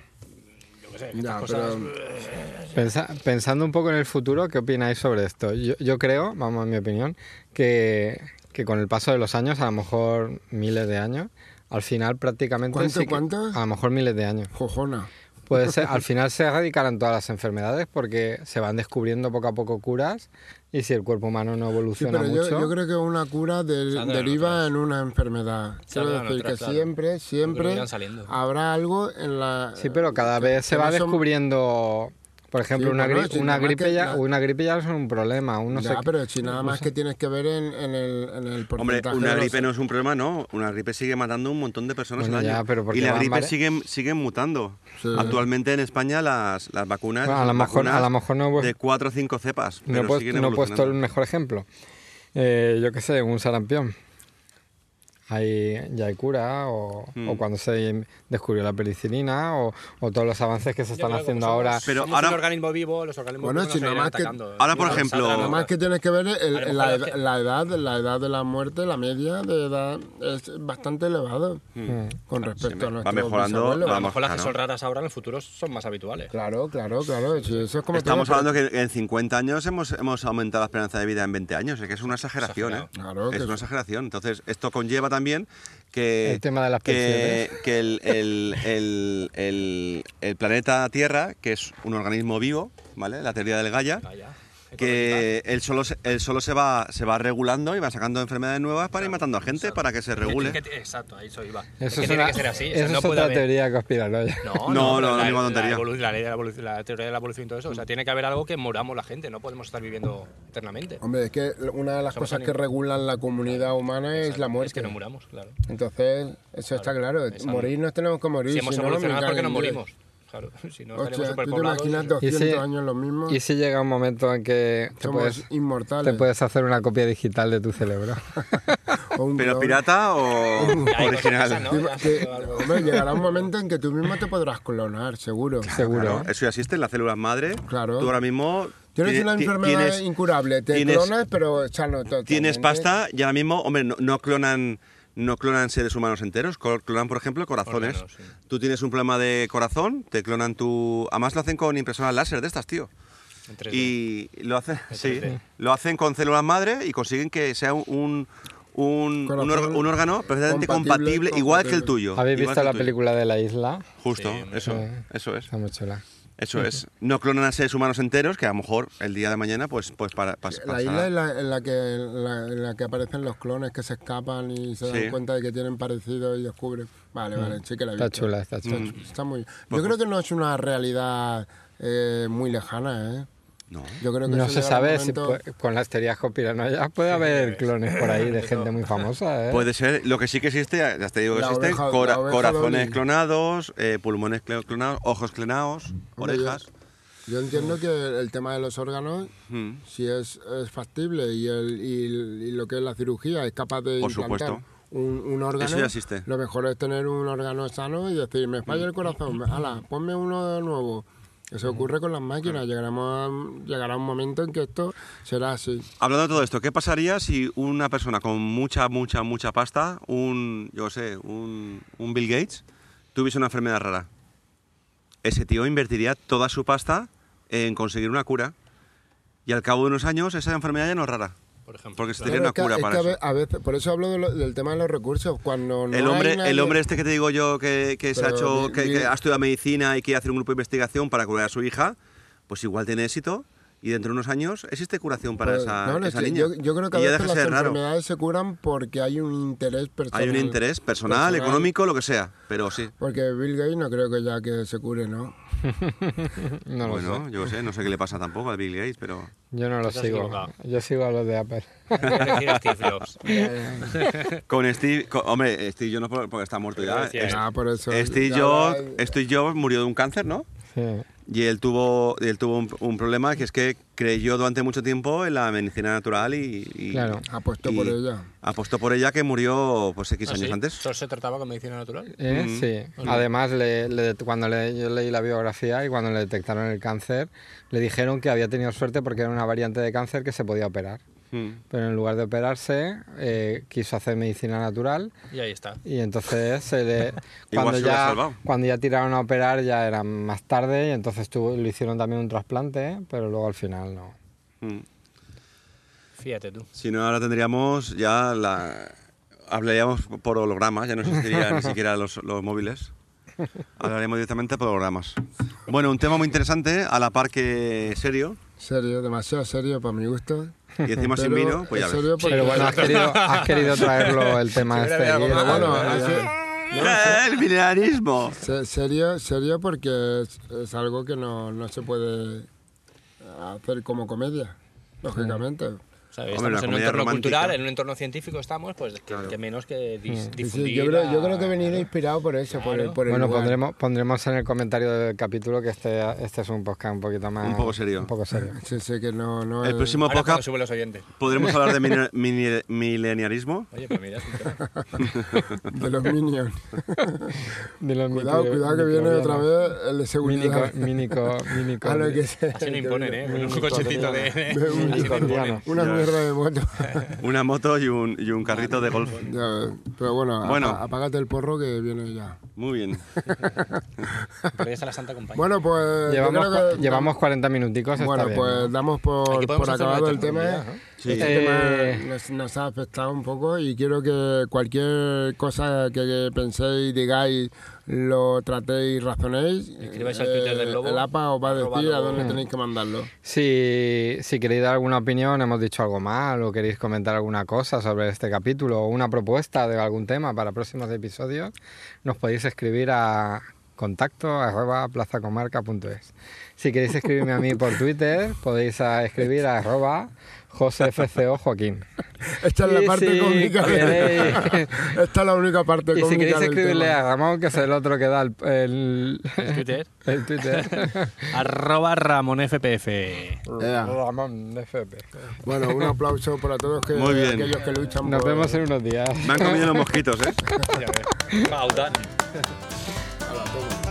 Speaker 4: Yo qué sé, que
Speaker 3: Ya,
Speaker 4: estas cosas- eh,
Speaker 3: pero-
Speaker 2: Pensa- pensando un poco en el futuro, ¿qué opináis sobre esto? Yo, yo creo, vamos, en mi opinión, que, que con el paso de los años, a lo mejor miles de años, al final prácticamente...
Speaker 3: ¿Cuánto,
Speaker 2: sí que-
Speaker 3: cuánto?
Speaker 2: A lo mejor miles de años.
Speaker 3: Jojona.
Speaker 2: Puede ser, al final se erradicarán todas las enfermedades porque se van descubriendo poco a poco curas y si el cuerpo humano no
Speaker 3: Sí,
Speaker 2: evoluciona
Speaker 3: pero yo,
Speaker 2: mucho...
Speaker 3: yo creo que una cura del-
Speaker 4: Saldrán
Speaker 3: deriva
Speaker 4: otras.
Speaker 3: en una enfermedad. Quiero
Speaker 4: Saldrán
Speaker 3: decir
Speaker 4: otras,
Speaker 3: que
Speaker 4: claro.
Speaker 3: siempre, siempre
Speaker 4: irán saliendo.
Speaker 3: habrá algo en la... eh,
Speaker 2: Sí, pero cada
Speaker 3: que-
Speaker 2: vez se
Speaker 3: que
Speaker 2: va
Speaker 3: no son-
Speaker 2: descubriendo, por ejemplo,
Speaker 3: Sí,
Speaker 2: una,
Speaker 3: bueno,
Speaker 2: gri-
Speaker 3: sí,
Speaker 2: una
Speaker 3: nada más
Speaker 2: gripe
Speaker 3: que
Speaker 2: ya,
Speaker 3: la-
Speaker 2: una gripe ya es un problema, un no sé
Speaker 3: Ya,
Speaker 2: qué.
Speaker 3: pero si nada más que tienes que ver en, en el, en el
Speaker 1: Hombre,
Speaker 3: porcentaje
Speaker 1: una
Speaker 3: de los-
Speaker 1: gripe no es un problema, no. Una gripe sigue matando un montón de personas
Speaker 2: Bueno,
Speaker 1: al año.
Speaker 2: ya, pero porque
Speaker 1: y la
Speaker 2: van
Speaker 1: gripe
Speaker 2: vari-
Speaker 1: sigue, sigue mutando.
Speaker 3: Sí.
Speaker 1: Actualmente en España las, las vacunas.
Speaker 2: Bueno, a lo
Speaker 1: son
Speaker 2: mejor-
Speaker 1: vacunas
Speaker 2: a lo mejor no hue-
Speaker 1: De cuatro o cinco cepas.
Speaker 2: no, he
Speaker 1: Pero
Speaker 2: puesto,
Speaker 1: siguen
Speaker 2: no he puesto el
Speaker 1: evolucionando.
Speaker 2: mejor ejemplo. Eh, yo qué sé, un sarampión. Hay, ya hay cura, o,
Speaker 1: Mm.
Speaker 2: o cuando se descubrió la penicilina, o, o todos los avances que se
Speaker 4: Yo
Speaker 2: están
Speaker 4: creo que
Speaker 2: haciendo
Speaker 4: somos-
Speaker 2: ahora.
Speaker 1: Pero
Speaker 4: somos
Speaker 1: ahora-
Speaker 4: un organismo vivo, los organismos
Speaker 3: Bueno,
Speaker 4: vivos
Speaker 3: si
Speaker 4: nos
Speaker 3: nada
Speaker 4: seguirán
Speaker 3: más que-
Speaker 4: atacando.
Speaker 1: ahora, por
Speaker 4: Nos
Speaker 1: ejemplo-
Speaker 4: saldrán
Speaker 1: Nada
Speaker 3: Nada
Speaker 4: otras.
Speaker 3: más que tienes que ver el-
Speaker 4: A lo
Speaker 3: el-
Speaker 4: mejor
Speaker 3: la,
Speaker 4: es que-
Speaker 3: la edad, la edad de la muerte, la media de edad es bastante elevada
Speaker 4: Hmm. Ah,
Speaker 3: con
Speaker 1: Sí,
Speaker 3: respecto
Speaker 1: va
Speaker 3: a nuestros
Speaker 1: mejorando,
Speaker 3: bisabuelos.
Speaker 4: a lo
Speaker 1: vamos.
Speaker 4: mejor las que
Speaker 1: claro.
Speaker 4: son raras ahora en el futuro son más habituales.
Speaker 3: Claro, claro, claro. sí, eso es como
Speaker 1: Estamos
Speaker 3: todo,
Speaker 1: hablando que en 50 años hemos, hemos aumentado la esperanza de vida en 20 años. Es que es una exageración, ¿eh?
Speaker 3: Exagerado. Claro que
Speaker 1: es
Speaker 3: sí.
Speaker 1: una exageración. Entonces, esto conlleva también que.
Speaker 2: El tema de las
Speaker 1: que,
Speaker 2: pensiones.
Speaker 1: que el, el- el- el- el planeta Tierra, que es un organismo vivo, ¿vale? La teoría del Gaia.
Speaker 4: Vaya.
Speaker 1: que él solo se, él solo se va se va regulando y va sacando enfermedades nuevas para ir matando a gente para que se
Speaker 4: Que-
Speaker 1: regule.
Speaker 4: que- Exacto, ahí soy iba. Es
Speaker 2: Eso
Speaker 4: que
Speaker 2: es,
Speaker 4: tiene
Speaker 2: una-
Speaker 4: que ser así. o sea,
Speaker 2: eso
Speaker 4: no
Speaker 2: es
Speaker 4: puede
Speaker 2: otra
Speaker 4: haber-
Speaker 2: teoría conspiranoia.
Speaker 1: No,
Speaker 4: No,
Speaker 1: no,
Speaker 4: no,
Speaker 1: no,
Speaker 4: la,
Speaker 1: misma
Speaker 4: la
Speaker 1: tontería.
Speaker 4: evolu- la ley de la, evolu- la teoría de la evolución y todo eso. O sea, tiene que haber algo que moramos la gente. No podemos estar viviendo eternamente.
Speaker 3: Hombre, es que una de las
Speaker 4: Somos
Speaker 3: cosas que regulan la comunidad humana es la
Speaker 4: Es
Speaker 3: muerte.
Speaker 4: que no muramos, claro.
Speaker 3: Entonces, eso está claro.
Speaker 4: Exacto.
Speaker 3: Morir nos tenemos que morir.
Speaker 4: Si hemos
Speaker 3: si no,
Speaker 4: evolucionado
Speaker 3: me
Speaker 4: es porque
Speaker 3: cago
Speaker 4: nos
Speaker 3: en Dios.
Speaker 4: morimos. Claro, si no estaríamos
Speaker 3: Hostia, ¿tú te
Speaker 4: superpoblados.
Speaker 3: imaginas
Speaker 2: Y
Speaker 3: 200
Speaker 2: si-
Speaker 3: años lo mismo?
Speaker 2: Y si llega un momento en que te
Speaker 3: Somos
Speaker 2: puedes, te
Speaker 3: inmortales.
Speaker 2: puedes hacer una copia digital de tu cerebro.
Speaker 3: O un
Speaker 1: Pero
Speaker 3: clon.
Speaker 1: pirata o
Speaker 4: Hay cosas que pasan,
Speaker 1: original.
Speaker 4: ¿no?
Speaker 3: Te-
Speaker 4: Ya,
Speaker 3: te-
Speaker 4: pero algo-
Speaker 3: hombre, llegará un momento en que tú mismo te podrás clonar, seguro.
Speaker 2: Seguro.
Speaker 1: Claro, eso ya existe en las células madre.
Speaker 3: Claro.
Speaker 1: Tú ahora mismo
Speaker 3: Tienes
Speaker 1: ti-
Speaker 3: una
Speaker 1: ti-
Speaker 3: enfermedad
Speaker 1: tienes-
Speaker 3: incurable, te
Speaker 1: tienes-
Speaker 3: clonas, ¿eh? pero sano totalmente.
Speaker 1: tienes pasta y ahora mismo, hombre, no, no clonan no clonan seres humanos enteros, col- clonan por ejemplo corazones.
Speaker 4: Órganos, sí.
Speaker 1: Tú tienes un problema de corazón, te clonan tu además lo hacen con impresoras láser de estas, tío.
Speaker 4: en 3D.
Speaker 1: Y lo hacen, sí,
Speaker 4: 3D.
Speaker 1: lo hacen con células madre y consiguen que sea un, un, un-
Speaker 3: Corazón
Speaker 1: un orga- un órgano perfectamente compatible,
Speaker 3: compatible,
Speaker 1: igual que el
Speaker 3: compatible.
Speaker 1: tuyo.
Speaker 2: ¿Habéis
Speaker 1: igual que
Speaker 2: visto
Speaker 1: el
Speaker 2: la
Speaker 1: tuyo.
Speaker 2: película de la isla?
Speaker 1: Justo,
Speaker 4: Sí, hombre.
Speaker 1: eso,
Speaker 2: Sí.
Speaker 1: eso es.
Speaker 2: Está muy chula.
Speaker 1: Eso es. No clonan a seres humanos enteros, que a lo mejor el día de mañana, pues, pues para, pas-
Speaker 3: La
Speaker 1: pasará.
Speaker 3: isla en la, en la que, en la, en la que aparecen los clones que se escapan y se
Speaker 1: Sí.
Speaker 3: dan cuenta de que tienen parecido y descubren. Vale, vale, sí que la he
Speaker 2: Mm. Está
Speaker 3: visto.
Speaker 2: chula, está chula.
Speaker 1: Mm.
Speaker 3: Está muy...
Speaker 1: Pues
Speaker 3: Yo creo que no es una realidad eh, muy lejana, ¿eh?
Speaker 1: No.
Speaker 3: Yo creo que
Speaker 2: No
Speaker 3: eso
Speaker 2: se
Speaker 3: llegará
Speaker 2: sabe
Speaker 3: un
Speaker 2: si
Speaker 3: momento-
Speaker 2: pu- con las teorías conspiranoicas puede haber clones por ahí de gente muy famosa. ¿eh?
Speaker 1: Puede ser, lo que sí que existe, ya te digo que
Speaker 3: La
Speaker 1: existe,
Speaker 3: oveja-
Speaker 1: cora-
Speaker 3: la oveja
Speaker 1: corazones
Speaker 3: Dolly.
Speaker 1: clonados, eh, pulmones cl- clonados, ojos clonados,
Speaker 3: Hombre,
Speaker 1: orejas.
Speaker 3: Yo entiendo que el tema de los órganos,
Speaker 1: Mm.
Speaker 3: si es, es factible y, el, y, y lo que es la cirugía es capaz de
Speaker 1: Por
Speaker 3: implantar
Speaker 1: supuesto.
Speaker 3: Un, un órgano,
Speaker 1: Eso ya existe. Hmm.
Speaker 3: lo mejor es tener un órgano sano y decir, me falla el corazón, me- ala, ponme uno nuevo. Eso ocurre con las máquinas, llegaremos a- llegará un momento en que esto será así.
Speaker 1: Hablando de todo esto, ¿qué pasaría si una persona con mucha, mucha, mucha pasta, un, yo sé, un, un Bill Gates, tuviese una enfermedad rara? Ese tío invertiría toda su pasta en conseguir una cura y al cabo de unos años esa enfermedad ya no es rara.
Speaker 4: Por ejemplo.
Speaker 1: Porque se tenía
Speaker 4: claro.
Speaker 3: Claro,
Speaker 1: una
Speaker 3: es que- es que
Speaker 1: cura para
Speaker 3: a
Speaker 1: eso.
Speaker 3: ve- a veces, por eso hablo de lo- del tema de los recursos. Cuando no
Speaker 1: El hombre,
Speaker 3: hay nadie-
Speaker 1: el hombre este que te digo yo que, que se ha
Speaker 3: Pero
Speaker 1: hecho,
Speaker 3: mi-
Speaker 1: que, que
Speaker 3: mi-
Speaker 1: ha estudiado medicina y quiere hacer un grupo de investigación para curar a su hija, pues igual tiene éxito y dentro de unos años existe curación para
Speaker 3: Pues,
Speaker 1: esa,
Speaker 3: no, no,
Speaker 1: esa
Speaker 3: es que
Speaker 1: niña.
Speaker 3: Yo, yo creo que a
Speaker 1: Y ya
Speaker 3: veces
Speaker 1: deja de
Speaker 3: las
Speaker 1: ser raro.
Speaker 3: enfermedades se curan porque hay un interés personal.
Speaker 1: Hay un interés personal, económico, lo que sea, pero sí.
Speaker 3: Porque Bill Gates no creo que ya que se cure, ¿no?
Speaker 2: No lo sé.
Speaker 1: bueno, yo qué sé, no sé qué le pasa tampoco a Bill Gates, pero
Speaker 2: Yo no lo
Speaker 4: Estás
Speaker 2: sigo.
Speaker 4: equivocado.
Speaker 2: Yo sigo a los de Apple.
Speaker 4: Elegir a Steve Jobs.
Speaker 1: con Steve, con- hombre, Steve Jobs no, por- porque está muerto ya.
Speaker 4: Gracias.
Speaker 1: Est-
Speaker 3: Ah, por eso.
Speaker 1: Eh, Steve
Speaker 3: ya
Speaker 1: Jobs,
Speaker 3: va-
Speaker 1: Steve Jobs murió de un cáncer, ¿no?
Speaker 2: Sí.
Speaker 1: Y él tuvo, él tuvo un, un problema que es que creyó durante mucho tiempo en la medicina natural y, y-
Speaker 2: Claro.
Speaker 3: Apostó
Speaker 1: y
Speaker 3: por ella.
Speaker 1: Apostó por ella que murió pues X
Speaker 4: ¿Ah,
Speaker 1: años
Speaker 4: sí?
Speaker 1: antes.
Speaker 4: ¿Solo se trataba con medicina natural?
Speaker 2: ¿Eh?
Speaker 1: Mm.
Speaker 2: Sí. Además, le- le- cuando le- yo leí la biografía y cuando le detectaron el cáncer, le dijeron que había tenido suerte porque era una variante de cáncer que se podía operar.
Speaker 1: Mm.
Speaker 2: Pero en lugar de operarse, eh, quiso hacer medicina natural
Speaker 4: Y ahí está.
Speaker 2: y entonces se le-
Speaker 1: Igual
Speaker 2: cuando,
Speaker 1: se lo ha
Speaker 2: ya,
Speaker 1: salvado.
Speaker 2: cuando ya tiraron a operar ya era más tarde y entonces tuvo- le hicieron también un trasplante, pero luego al final no.
Speaker 1: Mm.
Speaker 4: Fíjate tú.
Speaker 1: Si no, ahora tendríamos ya la... Hablaríamos por holograma, ya no existiría ni siquiera los, los móviles. Hablaríamos directamente por hologramas. Bueno, un tema muy interesante, a la par que serio,
Speaker 3: Serio, demasiado serio para mi gusto.
Speaker 1: y encima sin
Speaker 3: Pero
Speaker 1: vino, pues ya
Speaker 3: es
Speaker 1: ves.
Speaker 3: serio porque-
Speaker 2: Pero bueno, has querido, has querido traerlo el tema
Speaker 4: hubiera
Speaker 2: este.
Speaker 4: habido algo
Speaker 2: y-
Speaker 3: Pero
Speaker 4: más,
Speaker 3: bueno,
Speaker 4: Ah,
Speaker 3: es-
Speaker 1: ¡El milenarismo!
Speaker 3: se- serio, serio porque es, es algo que no, no se puede hacer como comedia, lógicamente.
Speaker 4: ¿Sabes?
Speaker 1: Hombre,
Speaker 4: estamos
Speaker 1: la
Speaker 4: en un
Speaker 1: comedia
Speaker 4: entorno
Speaker 1: romántica.
Speaker 4: cultural, en un entorno científico estamos, pues que, que menos que dis-
Speaker 3: Sí, sí,
Speaker 4: difundir.
Speaker 3: yo, creo, yo
Speaker 4: a-
Speaker 3: creo que he venido inspirado por eso, por el, por el
Speaker 2: Bueno,
Speaker 3: lugar.
Speaker 2: pondremos, pondremos en el comentario del capítulo que este, este es un podcast un poquito más.
Speaker 1: Un poco serio.
Speaker 2: Un poco serio.
Speaker 3: Sí, sí, que no, no
Speaker 1: El
Speaker 3: es-
Speaker 1: próximo
Speaker 4: Ahora cuando
Speaker 1: podcast
Speaker 4: suben los oyentes.
Speaker 1: podremos hablar de mine- mine- mileniarismo.
Speaker 4: Oye, pues mira, es un tema.
Speaker 3: de los Minions.
Speaker 2: De los
Speaker 3: Cuidado,
Speaker 2: micro-
Speaker 3: cuidado que viene otra
Speaker 2: microbianos.
Speaker 3: vez el de seguridad.
Speaker 2: Minico, minico, minico.
Speaker 3: Ah, no, que sea.
Speaker 4: así no imponen, ¿eh? Con un
Speaker 2: Minico-
Speaker 4: cochecito de...
Speaker 3: un
Speaker 4: así no imponen.
Speaker 2: minicordiano.
Speaker 3: Una
Speaker 1: Ya.
Speaker 3: mierda de moto.
Speaker 1: Una moto y un, y un carrito de golf.
Speaker 3: Ya, pero bueno,
Speaker 1: Bueno.
Speaker 3: apa- apágate el porro que viene ya.
Speaker 1: Muy bien.
Speaker 4: Pero ya está la santa compañía.
Speaker 3: Bueno, pues. yo
Speaker 2: Llevamos,
Speaker 3: creo
Speaker 2: cua-
Speaker 3: que-
Speaker 2: llevamos 40 minuticos. está
Speaker 3: Bueno,
Speaker 2: bien,
Speaker 3: pues
Speaker 2: ¿no?
Speaker 3: damos
Speaker 4: Aquí
Speaker 3: por,
Speaker 4: podemos
Speaker 3: por
Speaker 4: hacer
Speaker 3: acabado
Speaker 4: una
Speaker 3: el tema.
Speaker 4: tertulia, ¿no?
Speaker 1: Sí.
Speaker 3: Este
Speaker 2: Eh,
Speaker 3: tema nos, nos ha afectado un poco y quiero que cualquier cosa que, que penséis, digáis, lo tratéis, razonéis. eh,
Speaker 4: Escribáis al Twitter del Lobo.
Speaker 3: El APA os va a decir
Speaker 4: Arroba
Speaker 3: a dónde
Speaker 4: Lobo.
Speaker 3: tenéis que mandarlo.
Speaker 2: Si, si queréis dar alguna opinión, hemos dicho algo mal o queréis comentar alguna cosa sobre este capítulo o una propuesta de algún tema para próximos episodios, nos podéis escribir a contacto arroba plazacomarca.es. Si queréis escribirme a mí por Twitter, podéis a escribir a arroba josefco joaquín.
Speaker 3: Esta es la
Speaker 2: Y
Speaker 3: parte
Speaker 2: si
Speaker 3: cómica. de-
Speaker 2: queréis-
Speaker 3: Esta es la única parte
Speaker 2: Y
Speaker 3: cómica.
Speaker 2: si queréis
Speaker 3: del
Speaker 2: escribirle
Speaker 3: tema.
Speaker 2: a Ramón, que es el otro que da el, el,
Speaker 4: En Twitter,
Speaker 2: el Twitter,
Speaker 4: arroba ramonfpf.
Speaker 3: Ea.
Speaker 2: Ramón FP.
Speaker 3: Bueno, un aplauso para todos que,
Speaker 1: Muy bien.
Speaker 3: aquellos que luchan
Speaker 2: Nos
Speaker 3: por...
Speaker 2: vemos en unos días.
Speaker 1: Me han comido los mosquitos, ¿eh?
Speaker 4: Pautan.
Speaker 3: a la toma.